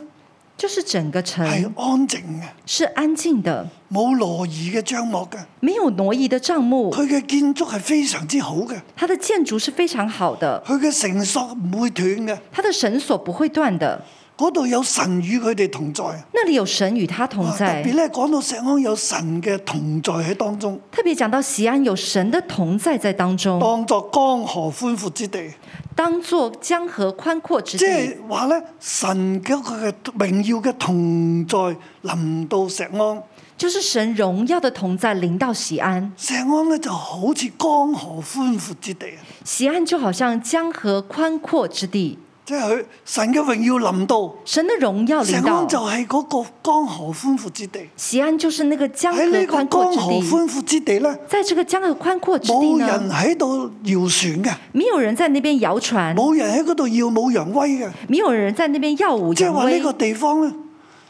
就是整個係城安靜嘅，是安靜的，冇挪移嘅帳幕嘅，沒有挪移的帳幕，佢嘅建築係非常之好嘅，它的建築是非常好的，佢嘅繩索唔會斷嘅，它的绳索不會斷的。嗰度有神與佢哋同在。哇那裡有神與他同特在別，咧講到石安有神嘅同在喺當中，特別講到西安有神的同在在當中，當作江河寬闊之地，當作江河寬闊之即地，係話咧神嘅佢嘅榮耀嘅同在臨到石安。就是神榮耀的同在臨到西安。石安咧就好似江河寬闊之地啊！西安就好像江河寬闊之地，即係佢神嘅榮耀臨到，神的榮耀成哦臨安就到。係嗰個江河寬闊之地。西安就是那個江河喺呢個寬江河闊之地，寬闊之地咧，在這個江河寬闊之地冇人呢，喺度搖船嘅，沒有人在那邊搖船，冇人喺嗰度耀武揚威嘅，沒有人在那邊耀武即係揚話呢威個，地方咧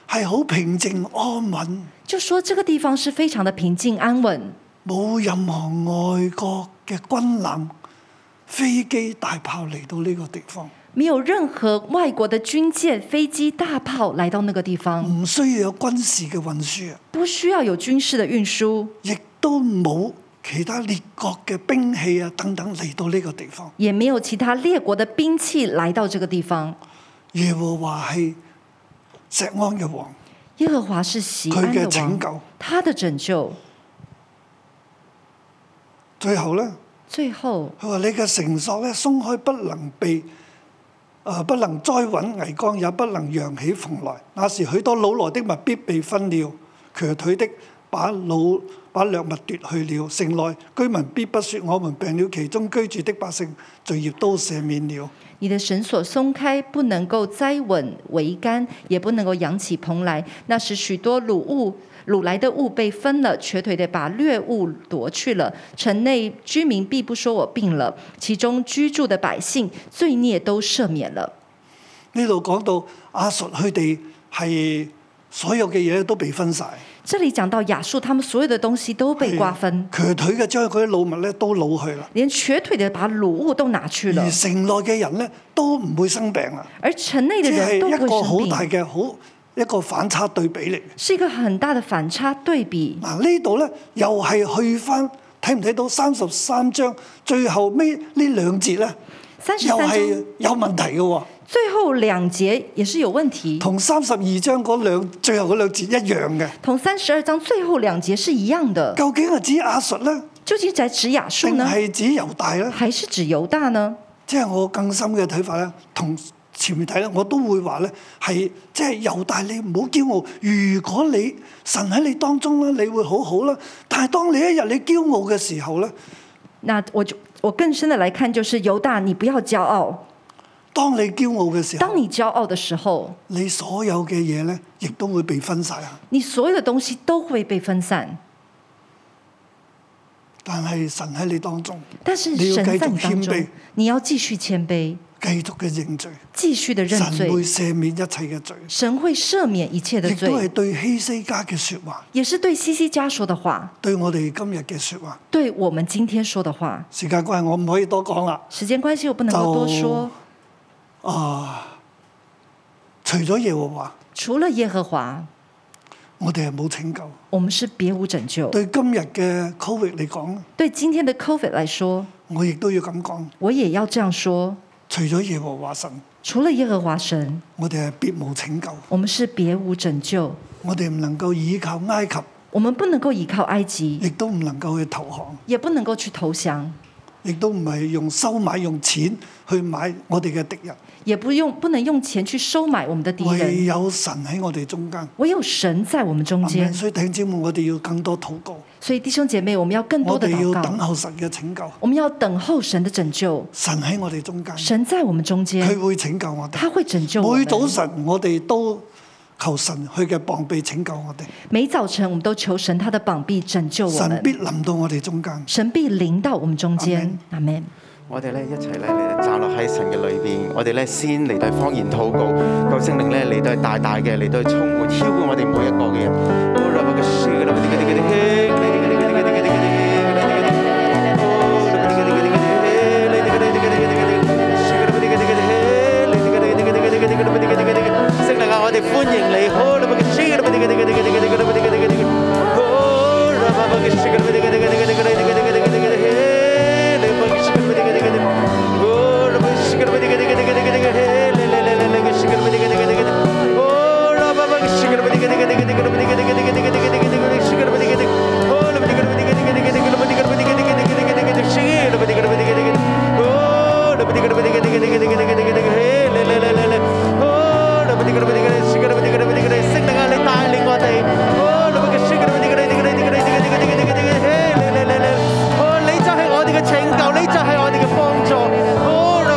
係好平靜安穩，就說這個地方是非常的平靜安穩，冇任何外國嘅軍艦、飛機、大炮嚟到呢個地方，沒有任何外國的軍艦、飛機、大炮來到那個地方，唔需要有軍事嘅運輸，啊不需要有軍事的運輸，亦都冇其他列國嘅兵器啊等等嚟到呢個地方。也沒有其他列國的兵器來到這個地方。耶和華係石安嘅王，耶和華是西佢安嘅的拯王，救。他的拯救。最後咧，最後，佢話你嘅繩索咧鬆開，不能被啊、不能栽穩危缸，也不能揚起蓬來。那時許多老來的物必被分了，瘸腿的把老把掠物奪去了。城內居民必不說我們病了，其中居住的百姓罪孽都赦免了。你的繩索鬆開，不能夠栽穩桅杆，也不能夠扬起蓬来。那时许多掳物掳来的物被分了，瘸腿的把掠物夺去了。城内居民必不说我病了，其中居住的百姓罪孽都赦免了。呢度講到亞述佢哋係所有嘅嘢都被分晒，这里讲到亚述，他们所有的东西都被瓜分，瘸腿嘅將佢啲老物咧都攞去啦，连瘸腿的把掳物都拿去了而，城內嘅人咧都唔會生病啦。而城内的即係人都一不個会生好大病，嘅好一個反差對比嚟嘅。是一个很大的反差对比。嗱呢度咧又係去翻睇唔睇到三十三章最後尾呢兩節咧，三十又三章係有問題嘅喎，最后兩節也是有問題，同三十二章嗰兩最後嗰兩節一樣嘅。同三十二章最後兩節是一樣的。究竟係指亞述咧，究竟在指亞述定呢，係指猶大咧？還是指猶大呢？即係我更深嘅睇法咧，同前面睇咧，我都會話咧係即係猶大，你唔好驕傲。如果你神喺你當中咧，你會好好啦。但係當你一日你驕傲嘅時候咧，那我就我更深的來看，就是猶大，你不要驕傲。當你驕傲嘅時候當，你驕傲的時候，你所有嘅嘢咧，亦都會被分晒啊！你所有的東西都會被分散。但係神喺你當中，但是你要神繼續在你當謙卑中，你要繼續謙卑，繼續嘅認罪，繼續的神認罪，會赦免一切嘅罪，神會赦免一切的亦都係罪，對希西家嘅説話，也是對西西家說的話，對我哋今日嘅説話。對我們今天說的話。時間關係，我唔可以多講啦。時間關係，我不能夠多就說。啊，除咗耶和華，除了耶和華，我哋係冇拯救。我們是別無拯救。對今日嘅 Covid 嚟講，對今天的 COVID 來說，我亦都要咁講。我也要這樣說：除咗耶和華神，除了耶和華神，我哋係別無拯救。我們是別無拯救。我哋唔能夠倚靠埃及，我們不能夠依靠埃及，亦都唔能夠去投降。也不能夠去投降，亦都唔係用收買用錢去買我哋嘅敵人，也不用不能用錢去收買我們的敵唯人。有神喺我哋中間。唯有神在我們中間，所以弟兄姊妹，我哋要更多禱告，所以弟兄姐妹，我們要更多我的哋禱要等告，候神嘅拯救。我們要等候神的拯救。神喺我哋中間，神在我們中佢間，會拯救我哋。他會拯救我每們。早晨我哋都求神佢嘅膀臂拯救我哋，每早晨，我們都求神他的膀臂拯救我神們。必臨到我哋中間。神必臨到我們中間。阿門。我哋咧一齊咧嚟站落喺神嘅裏邊，我哋咧先嚟到方言禱告，求聖靈咧嚟到大大嘅嚟到充滿，超過我哋每一個嘅人。Oh, 聖靈啊，我哋歡迎你！你就係我哋嘅拯救，你就係我哋嘅幫助。哦，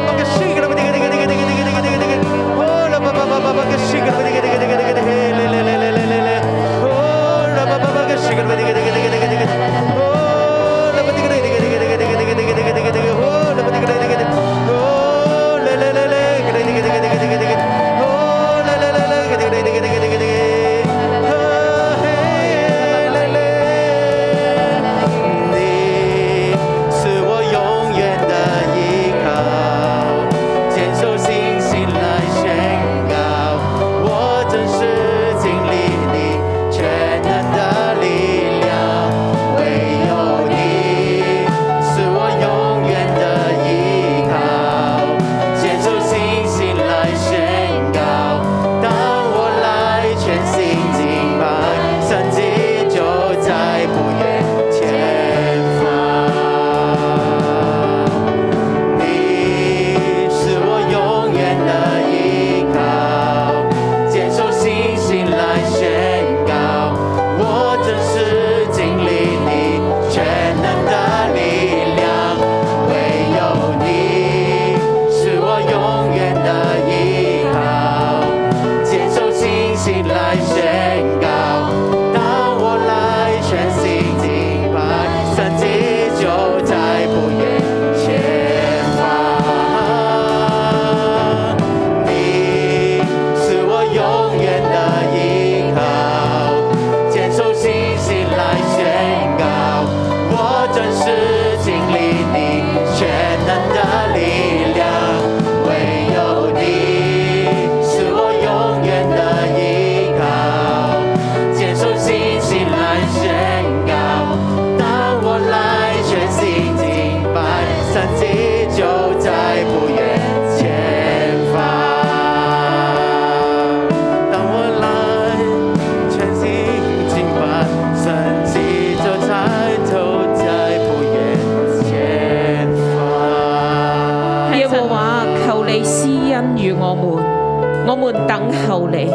施恩與我們，我們等候你。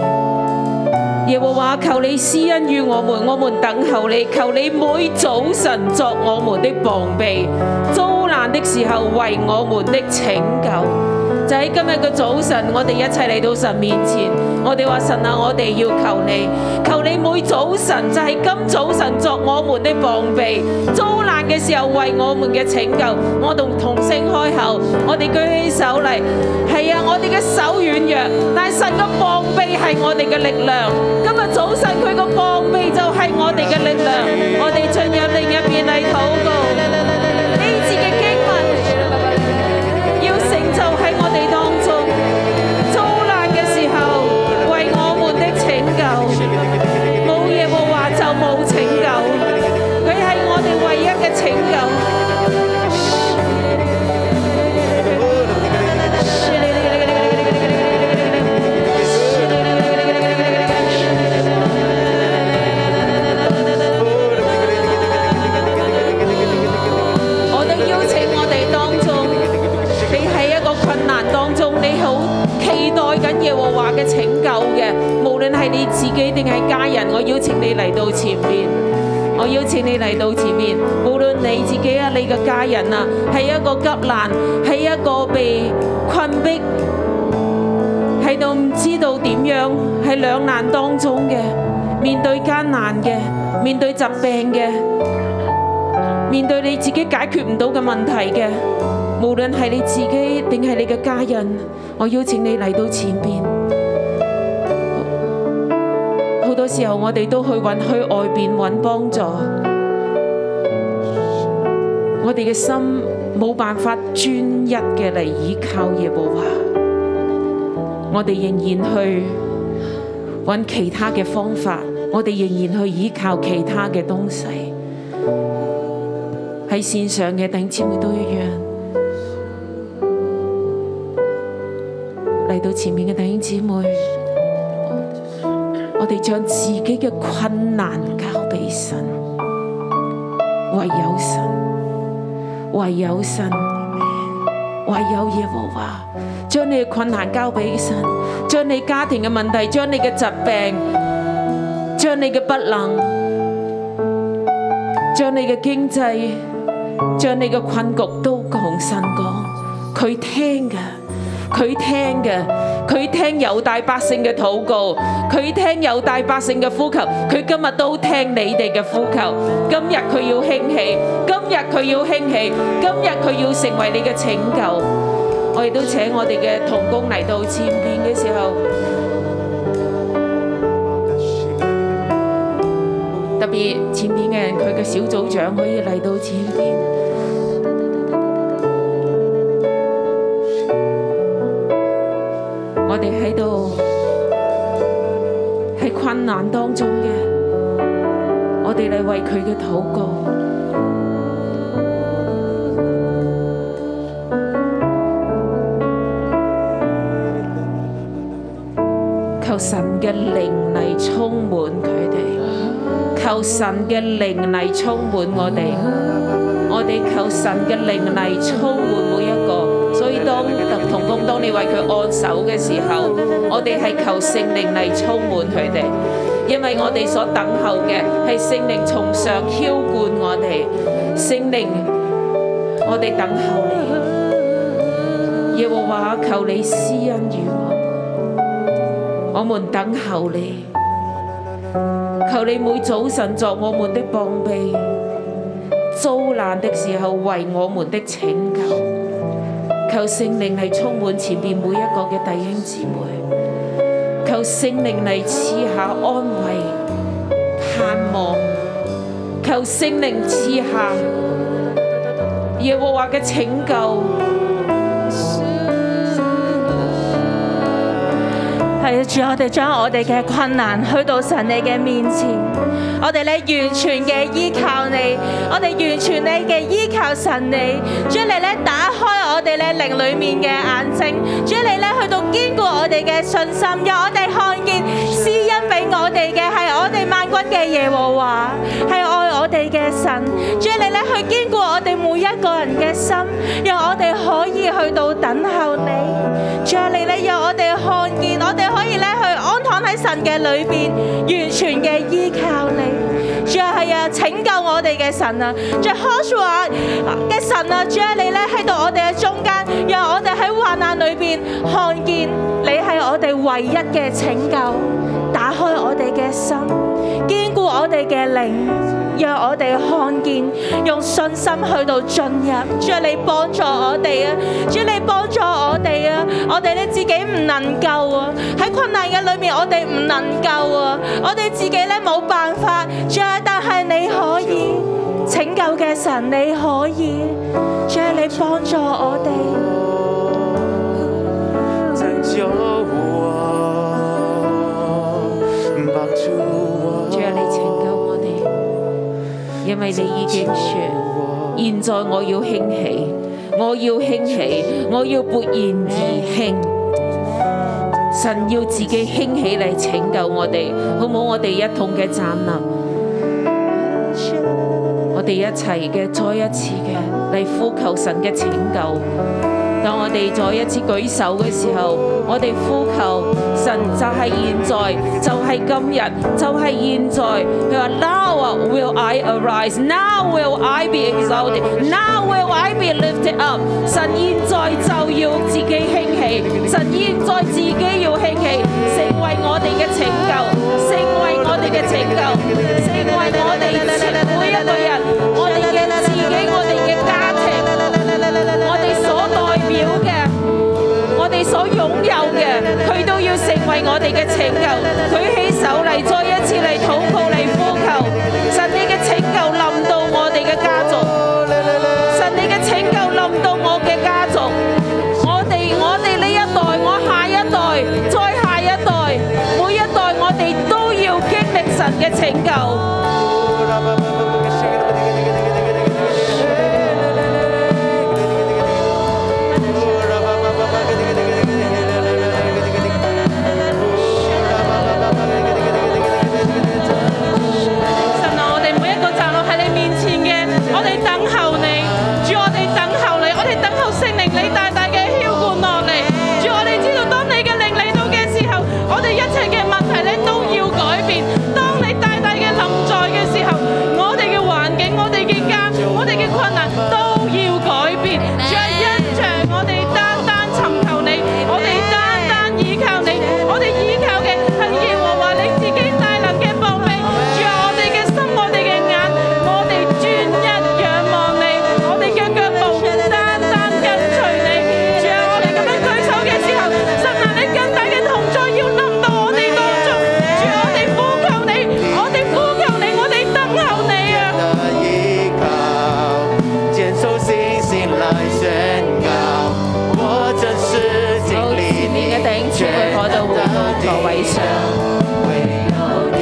耶和華，求你施恩與我們，我們等候你。求你每早晨作我們的膀臂，遭難的時候為我們的拯救。就喺今日嘅早晨，我哋一齊嚟到神面前，我哋話神啊，我哋要求你，求你每早晨就係今早晨作我們的膀臂，遭難嘅時候為我們嘅拯救。我同同聲開口，我哋舉起手嚟，係啊，我哋嘅手軟弱，但係神嘅膀臂係我哋嘅力量。今日早晨佢個膀臂就係我哋嘅力量，我哋進入另一邊嚟禱告。呢次嘅經文。要成就喺我哋當中，遭難嘅時候為我們的拯救，冇耶和華就冇拯救，佢係我哋唯一嘅拯救。我都邀請我哋當中。你喺一個困難當中，你好期待緊耶和華嘅拯救嘅，無論係你自己定係家人，我邀請你嚟到前面，我邀請你嚟到前面，無論你自己啊，你嘅家人啊，係一個急難，係一個被困逼，喺度唔知道點樣，喺兩難當中嘅，面對艱難嘅，面對疾病嘅，面對你自己解決唔到嘅問題嘅。無論係你自己定係你嘅家人，我邀請你嚟到前邊。好好多時候我哋都去揾去外邊揾幫助，我哋嘅心冇辦法專一嘅嚟依靠耶和華，我哋仍然去揾其他嘅方法，我哋仍然去依靠其他嘅東西。喺線上嘅弟兄姊妹都一樣。嚟到前面嘅弟兄姊妹，我哋將自己嘅困難交俾神，唯有神，唯有神，唯有耶和華，將你嘅困難交俾神，將你家庭嘅問題，將你嘅疾病，將你嘅不能，將你嘅經濟，將你嘅困局都同神講，佢聽嘅，佢聽嘅，佢聽有大百姓嘅禱告，佢聽有大百姓嘅呼求，佢今日都聽你哋嘅呼求。今日佢要興起，今日佢要興起，今日佢要成為你嘅拯救。我亦都請我哋嘅同工嚟到前邊嘅時候。特別前面嘅人，佢嘅小組長可以嚟到前邊。我哋喺度喺困難當中嘅，我哋嚟為佢嘅禱告。求神嘅靈嚟充滿佢哋。求神嘅靈嚟充滿我哋，我哋求神嘅靈嚟充滿每一個。所以當同工當你為佢按手嘅時候，我哋係求聖靈嚟充滿佢哋，因為我哋所等候嘅係聖靈從上澆灌我哋，聖靈，我哋等候你。耶和華，求你施恩與我們，我們等候你。求你每早晨作我們的膀臂，遭難的時候為我們的拯救。求聖靈嚟充滿前面每一個嘅弟兄姊妹，求聖靈嚟賜下安慰、盼望，求聖靈賜下耶和華嘅拯救。係啊主，我哋將我哋嘅困難去到神你嘅面前，我哋咧完全嘅依靠你，我哋完全咧嘅依靠神你，將你咧打開我哋咧靈裏面嘅眼睛，將你咧去到堅固我哋嘅信心，讓我哋看見施恩俾我哋嘅係我哋萬軍嘅耶和華，係愛我哋嘅神，神，主你咧去堅固我哋每一個人嘅心，讓我哋可以去到等候你。主啊，你咧讓我哋看見，我哋可以咧去安躺喺神嘅裏邊，完全嘅依靠你。主啊，係啊，拯救我哋嘅神啊！主啊 Joshua 嘅神啊，主啊，你咧喺度我哋嘅中間，讓我哋喺患難裏邊看見你係我哋唯一嘅拯救，打開我哋嘅心，堅固我哋嘅靈，讓我哋看見，用信心去到進入。主啊，你幫助我哋啊！主啊，你幫助我哋啊！我哋咧自己唔能夠啊，喺困難嘅裏面我哋唔能夠啊，我哋自己咧冇辦法。主啊，但係你可以拯救嘅神，你可以。主啊，你幫助我哋。拯救我，白住我主啊，你拯救我哋，因為你已經說，現在我要興起，我要興起，我要勃然而興。神要自己興起嚟拯救我哋，好唔好？我哋一同嘅站立，我哋一齊嘅再一次嘅嚟呼求神嘅拯救。當我哋再一次舉手嘅時候，我哋呼求神就係現在，就係今日，就係現在。佢話：Now will I arise, now will I be exalted, now will I be lifted up。神現在就要自己興起，神現在自己要興起，成為我哋嘅拯救，成為我哋嘅拯救，成為我哋每一個人，我哋嘅自己，我哋嘅家庭。我哋所代表嘅，我哋所擁有嘅，佢都要成為我哋嘅拯救。舉起手嚟，再一次嚟禱告嚟呼求，神你嘅拯救臨到我哋嘅家族，神你嘅拯救臨到我嘅家族，我哋我哋呢一代，我下一代，再下一代，每一代我哋都要經歷神嘅拯救。神啊，我哋每一個站落喺你面前嘅，我哋等候你，主我哋等候你，我哋等候聖靈你大大嘅澆灌落嚟，主我哋知道當你嘅靈嚟到嘅時候，我哋一切嘅問題咧都要改變。當你大大嘅臨在嘅時候，我哋嘅環境、我哋嘅家、我哋嘅困難都要改變。主啊，因着我哋單單尋求你，我哋單單依靠你，我哋依靠嘅係耶和華你自己大能嘅膀臂。主啊，我哋嘅心、我哋嘅眼，我哋專一仰望你，我哋嘅腳步單單跟隨你。主啊，我哋咁樣舉手嘅時候，神啊，你更大嘅同在要臨到我哋當中。主啊，我哋呼求你，我哋呼求你，我哋等候你啊！的依靠，接受信心来宣告，我真是经好，历前面嘅弟兄你姊妹可到回到座位上。唯有你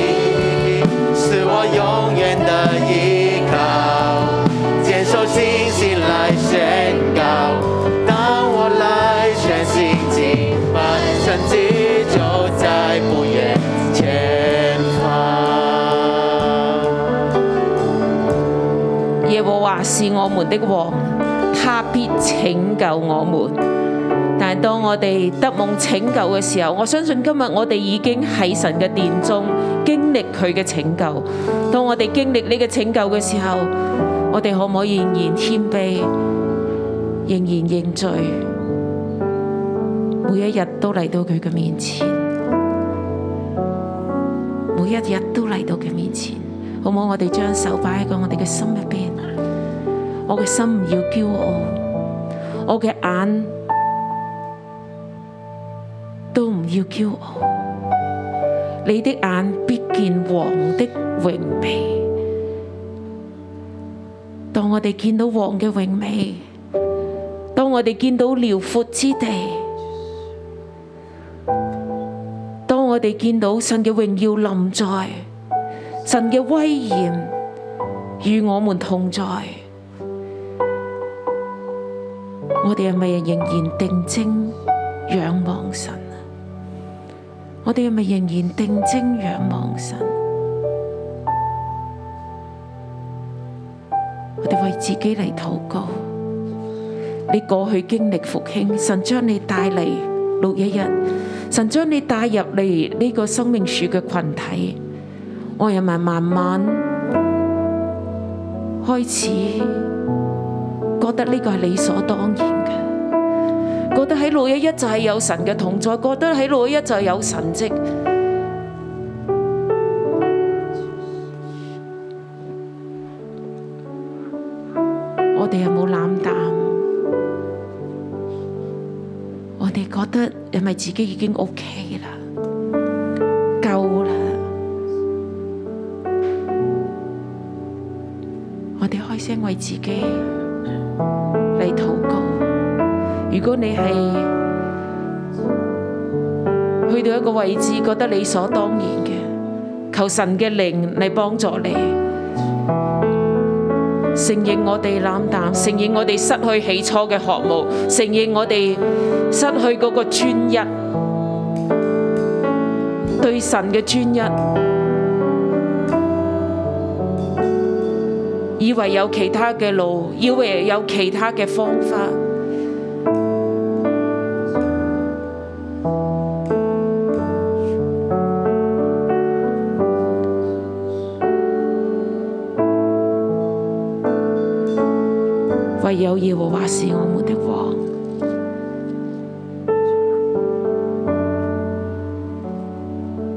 是我永远的依靠，接受信心来宣告，当我来全心敬拜，神迹就在不远前方。耶和華是我們的王，他必拯救我們。但係當我哋得蒙拯救嘅時候，我相信今日我哋已經喺神嘅殿中經歷佢嘅拯救。當我哋經歷呢個拯救嘅時候，我哋可唔可以仍然謙卑，仍然認罪，每一日都嚟到佢嘅面前，每一日都嚟到佢面前，好唔好？我哋將手擺喺個我哋嘅心入邊。我嘅心唔要驕傲，我嘅眼都唔要驕傲。你的眼必見王的榮美。當我哋見到王嘅榮美，當我哋見到遼闊之地，當我哋見到神嘅榮耀臨在，神嘅威嚴與我們同在。我哋係咪仍然定睛仰望神啊？我哋係咪仍然定睛仰望神？我哋為自己嚟禱告。你過去經歷復興，神將你帶嚟六一一，神將你帶入嚟呢個生命樹嘅群體，我人咪慢慢開始覺得呢個係理所當然嘅。覺得喺六一一就係有神嘅同在，覺得喺六一一就係有神蹟。我哋有冇冷淡？我哋覺得係咪自己已經 OK 啦？夠啦！我哋開聲為自己嚟禱告。如果你係去到一個位置，覺得理所當然嘅，求神嘅靈嚟幫助你，承認我哋冷淡，承認我哋失去起初嘅渴慕，承認我哋失去嗰個專一，對神嘅專一，以為有其他嘅路，以為有其他嘅方法。唯有耶和華是我們的王。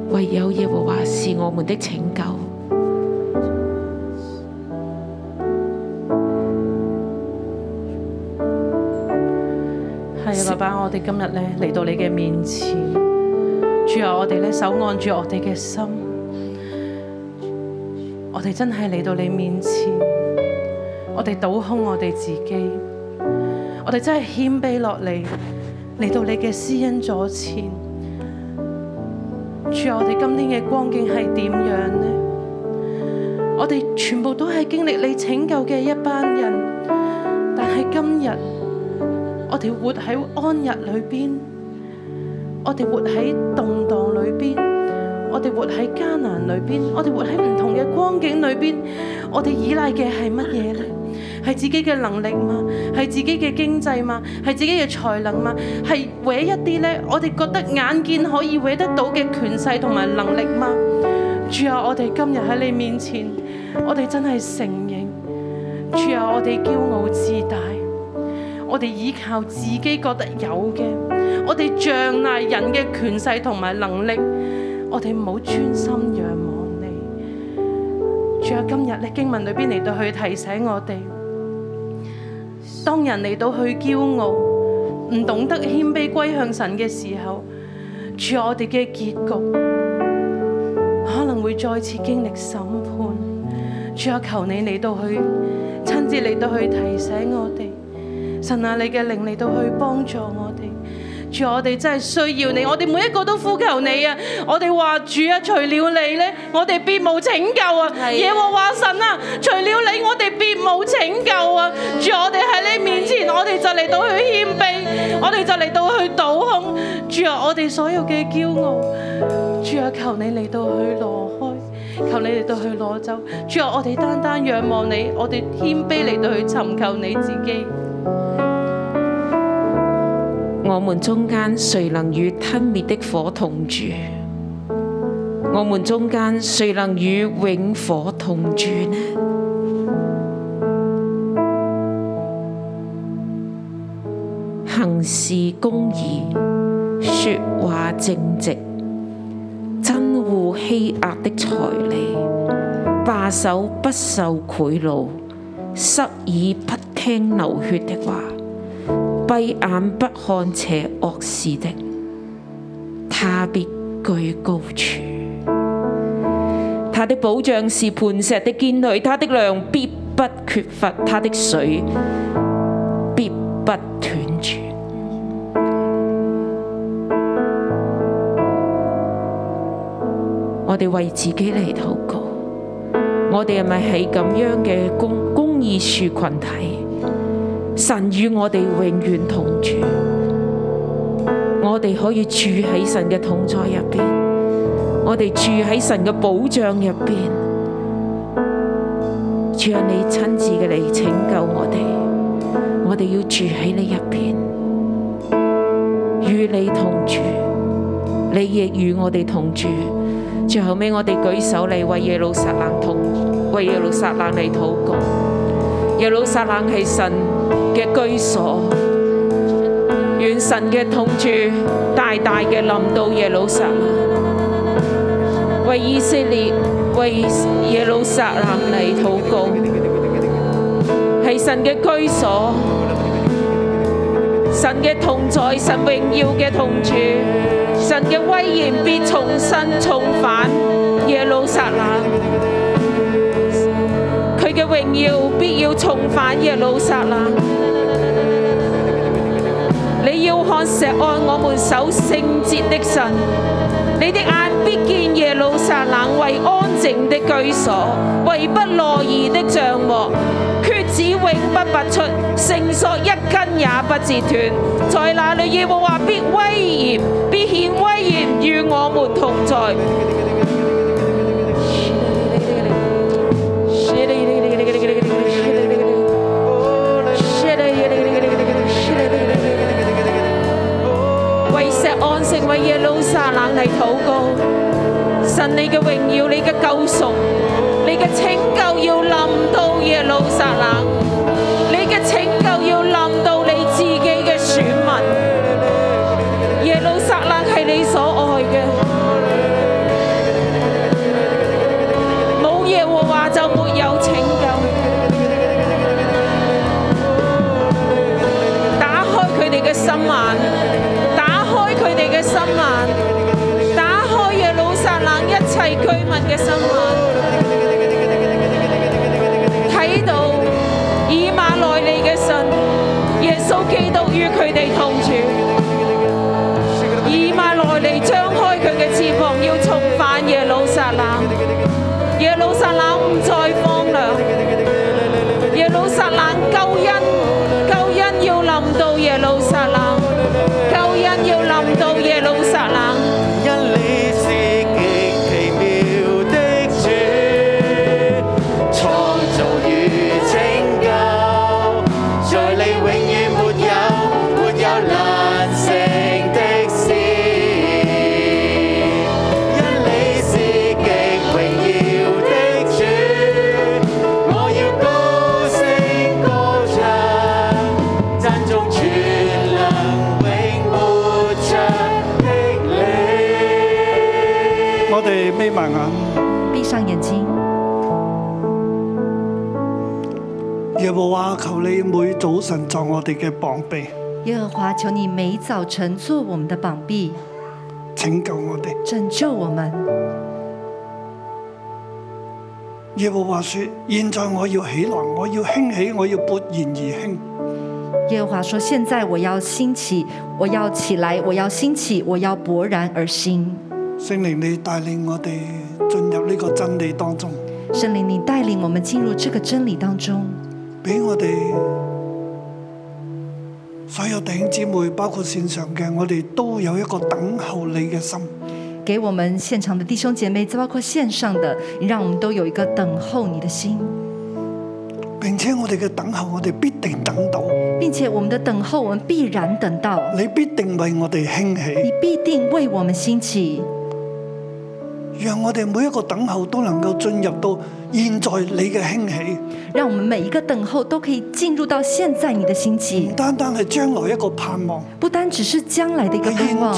唯有耶和華是我們的拯救。係啊，爸爸，我哋今日咧嚟到你嘅面前，主啊，我哋咧手按住我哋嘅心，我哋真係嚟到你面前，我哋倒空我哋自己，我哋真係謙卑落嚟，嚟到你嘅施恩座前。主啊，我哋今天嘅光景係點樣呢？我哋全部都係經歷你拯救嘅一班人，但係今日。我哋活喺安逸裏邊，我哋活喺動盪裏邊，我哋活喺艱難裏邊，我哋活喺唔同嘅光景裏邊，我哋依賴嘅係乜嘢呢？係自己嘅能力嘛？係自己嘅經濟嘛？係自己嘅才能嘛？係搲一啲呢？我哋覺得眼見可以搲得到嘅權勢同埋能力嘛？主啊，我哋今日喺你面前，我哋真係承認，主啊，我哋驕傲自大。我哋依靠自己覺得有嘅，我哋仗賴人嘅權勢同埋能力，我哋唔好專心仰望你。仲有今日咧經文裏邊嚟到去提醒我哋，當人嚟到去驕傲，唔懂得謙卑歸向神嘅時候，主啊我哋嘅結局可能會再次經歷審判。主啊，求你嚟到去親自嚟到去提醒我哋。神啊，你嘅靈嚟到去幫助我哋。主啊，我哋真係需要你，我哋每一個都呼求你啊！我哋話主啊，除了你呢，我哋別無拯救啊！耶和華神啊，除了你，我哋別無拯救啊！主啊，我哋喺你面前，我哋就嚟到去謙卑，我哋就嚟到去倒空。主啊，我哋所有嘅驕傲，主啊，求你嚟到去挪開。求你嚟到去攞走，主啊！我哋單單仰望你，我哋謙卑嚟到去尋求你自己。我們中間誰能與吞滅的火同住？我們中間誰能與永火同住呢？行事公義，說話正直，憎惡欺壓的財利，罷手不受賄賂，塞耳不聽流血的話。閉眼不看邪惡事的，他必居高處。他的保障是磐石的堅壘，他的糧必不缺乏，他的水必不斷絕。我哋為自己嚟禱告，我哋係咪喺咁樣嘅公公義樹群體？神與我哋永遠同住，我哋可以住喺神嘅同在入邊，我哋住喺神嘅保障入邊，主啊，你親自嘅嚟拯救我哋，我哋要住喺你入边，與你同住，你亦與我哋同住。最後尾我哋舉手嚟為耶路撒冷同為耶路撒冷嚟禱告。耶路撒冷係神嘅居所，願神嘅同住大大嘅臨到耶路撒冷，為以色列、為耶路撒冷嚟禱告，係神嘅居所，神嘅同在，神榮耀嘅同住，神嘅威嚴必重新重返耶路撒冷。佢嘅榮耀必要重返耶路撒冷。你要看錫安我們守聖節的神，你的眼必見耶路撒冷為安靜的居所，為不挪移的帳幕。橛子永不拔出，繩索一根也不折斷。在那裏耶和華必威嚴，必顯威嚴與我們同在。为石安城，为耶路撒冷嚟祷告。神你嘅荣耀，你嘅救赎，你嘅拯救要临到耶路撒冷，你嘅拯救要临到你自己嘅选民。耶路撒冷系你所爱嘅。冇耶和華就沒有拯救。打開佢哋嘅心眼，打開佢哋嘅心眼，打開耶路撒冷一切居民嘅心眼，睇到以馬內利嘅神，耶穌基督與佢哋同住。以馬內利張開佢嘅翅膀，要重返耶路撒冷。耶路撒冷唔再荒涼，耶路撒冷救恩，救恩要臨到耶路撒冷，救恩要臨到耶路撒冷。因你是極奇妙的主，創造與拯救，在你永遠沒有沒有難成的事。因你是極榮耀的主，我要高聲高唱，讚頌全能永活著的你。我哋眯埋眼，闭上眼睛，耶和華求你每早晨作我哋嘅膀臂，耶和华，求你每早晨做我们的膀臂，拯救我哋。拯救我们。耶和華說：現在我要起來，我要興起，我要勃然而興。耶和华说：“现在我要兴起，我要起来，我要兴起，我要勃然而兴。聖靈，你帶領我哋進入呢個真理當中，圣灵，你带领我们进入这个真理当中，俾我哋所有弟兄姊妹，包括線上嘅，我哋都有一個等候你嘅心。给我们现场的弟兄姐妹，包括线上的，你让我们都有一个等候你的心，並且我哋嘅等候，我哋必定等到，并且我们的等候，我们必然等到，你必定為我哋興你起，必定为我们兴起。”讓我哋每一個等候都能夠進入到現在你嘅興起，让我们每一个等候都可以进入到現在你的心唔情，單單係將來一個盼望，不单只是將來的一個盼現望，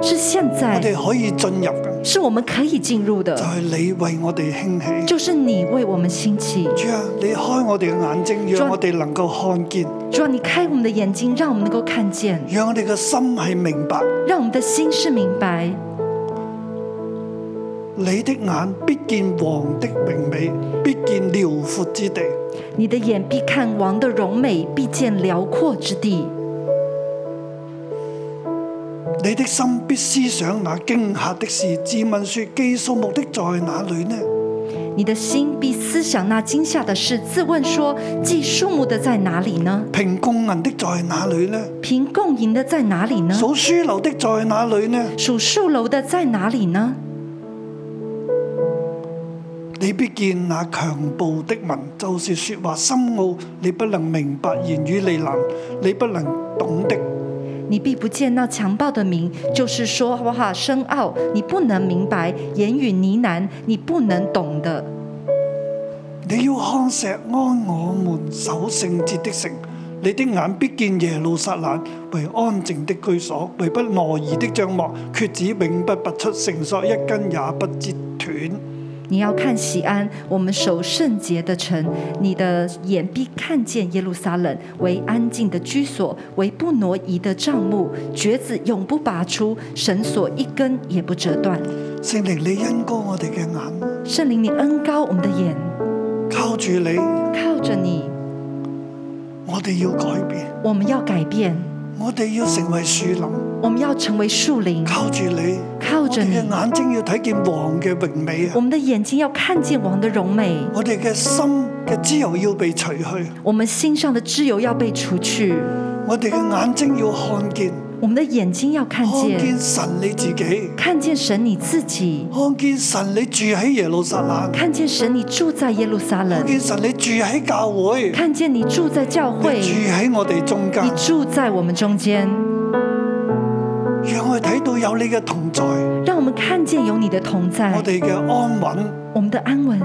是現我在，哋可以進入嘅，是我們可以進入就的，係、你為我哋興起。就是你為我們興起。主啊，你開我哋嘅眼睛，讓主啊我哋能夠看見。主啊，你開我們的眼睛，讓我們能夠看見，让我哋嘅心系明白，讓我們的心是明白，你的眼必见王的荣美，必见辽阔之地。你的眼必看王的榮美，必见遼闊之地。你的心必思想那惊吓的事。自问说：基数目的在哪里呢？你的心必思想那惊吓的事，自問說：既數目的在哪裡呢？凭供银的在哪里呢？凭共赢的在哪裡呢？数书楼的在哪里呢？數戍樓的在哪裡呢？你必見那強暴的民，就是説話深奧，你不能明白；言語利難，你不能懂的。你必不见那强暴的名，就是说话深奥，你不能明白；言语呢喃，你不能懂的。你要看石安我們守聖節的城，你的眼必見耶路撒冷為安靜的居所，為不挪移的帳幕，橛子永不拔出，繩索一根也不折斷。你要看西安，我们守圣洁的城，你的眼必看见耶路撒冷为安静的居所，为不挪移的帐幕，橛子永不拔出，绳索一根也不折断。聖靈，你恩高我哋嘅眼，圣灵，你恩高我们的眼，靠住你，靠着你，我哋要改變，我们要改变，我哋要成為樹林，我们要成为树林，靠住你，靠我着哋你嘅眼睛要睇見王嘅榮美啊我！们的眼睛要看见王的荣美，我哋嘅心嘅脂油要被除去，我们心上的脂油要被除去，我哋嘅眼睛要看見，我们的眼睛要看看见，見神你自己，看见神你自己，看見神你住喺耶路撒冷，看见神你住在耶路撒冷看。見神你住喺教會，看见你住在教会你，住喺我哋中間你，住在我们中间，讓我哋睇到有你嘅同在，让我们看见有你的同在我，哋嘅安穩我们的安稳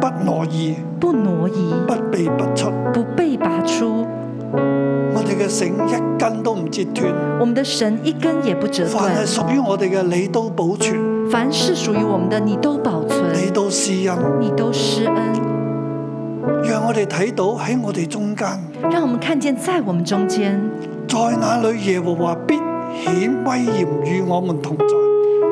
不挪移，不挪移，不被拔出。不被拔出。我哋嘅繩一根都唔折斷，我们的神一根也不折凡断係，屬於我哋嘅，你都保存，凡是属于我们的，你都保你存，都施恩，你都施恩，讓我哋睇到喺我哋中間，让我们看见在我们中间，在那裏耶和華必顯威嚴與我們同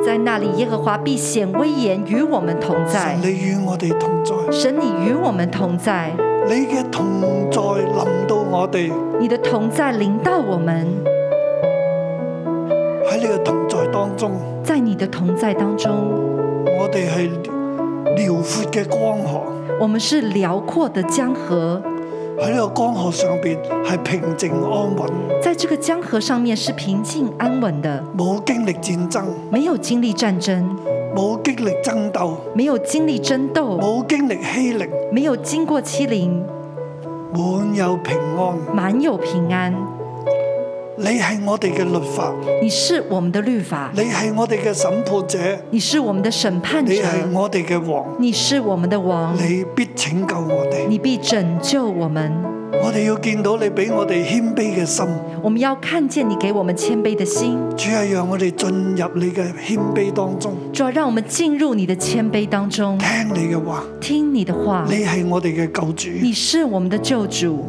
在，在那里耶和华必显威严与我们同在神，你與我哋同在，神你与我们同在，你嘅同在臨到我哋，你的同在临到我们，喺你嘅同在當中，在你的同在当中，我哋係遼闊嘅江河，我们是辽阔的江河。喺呢個江河上邊係平靜安穩，在这个江河上面是平静安稳的，冇經歷戰爭，没有经历战争，冇經歷爭鬥，没有经历争斗，冇經歷欺凌。没有经过欺凌，满有平安。满有平安。你系我哋嘅律法，你是我们的律法，你系我哋嘅审判者，你是我们的审判你者系，我哋嘅王，你是我们的王，你必拯救我哋。你必拯救我们。我哋要见到你俾我哋谦卑嘅心，我们要看见你给我们谦卑的心，主系让我哋进入你嘅谦卑当中，主要让我们进入你的谦卑当中，听你嘅话。听你的话。你系我哋嘅救主，你是我们的救主，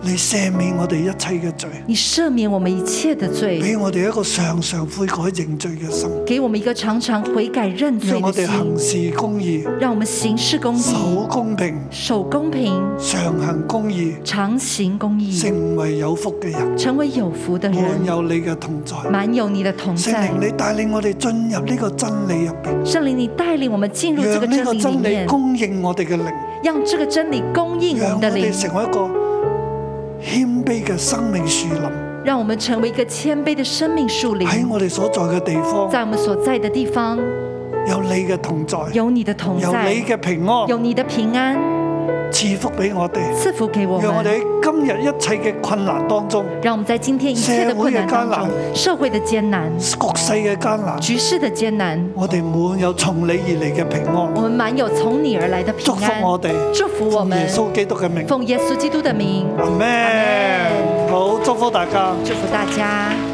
你赦免我哋一切嘅罪，你赦免我们一切的罪，俾我哋一个常常悔改认罪嘅心，给我们一个常常悔改认罪让我的哋心行。事公义，让我们行事公守义，公平，守公平，常行公义，常行公义，成为有福嘅人，成为有福的满人。有你嘅同在。满有你的同圣在，灵，你带领我哋进入呢个真理入边，圣灵，你带领我们进入这个让呢真个理里真理面，供应我哋嘅灵，让这个真理供应我让们我的灵哋，成为一个谦卑嘅生命树林，让我们成为一个谦卑的生命树林。喺我哋所在嘅地方在我们所在的地方，有你嘅同在，有有你的同你在，嘅平有安你的平安赐福俾我哋，赐福给我让我们。哋喺今日一切嘅困难当中，让我们在今天一切的困难当社会中，社会的艰难、局势嘅艰难，局势的艰难，我哋满有从你而嚟嘅平我安，们满有从你而来的平祝福安。我哋，祝福我奉们耶。稣基督嘅名，奉耶稣基督的名，阿阿门。好，祝福大家。祝福大家。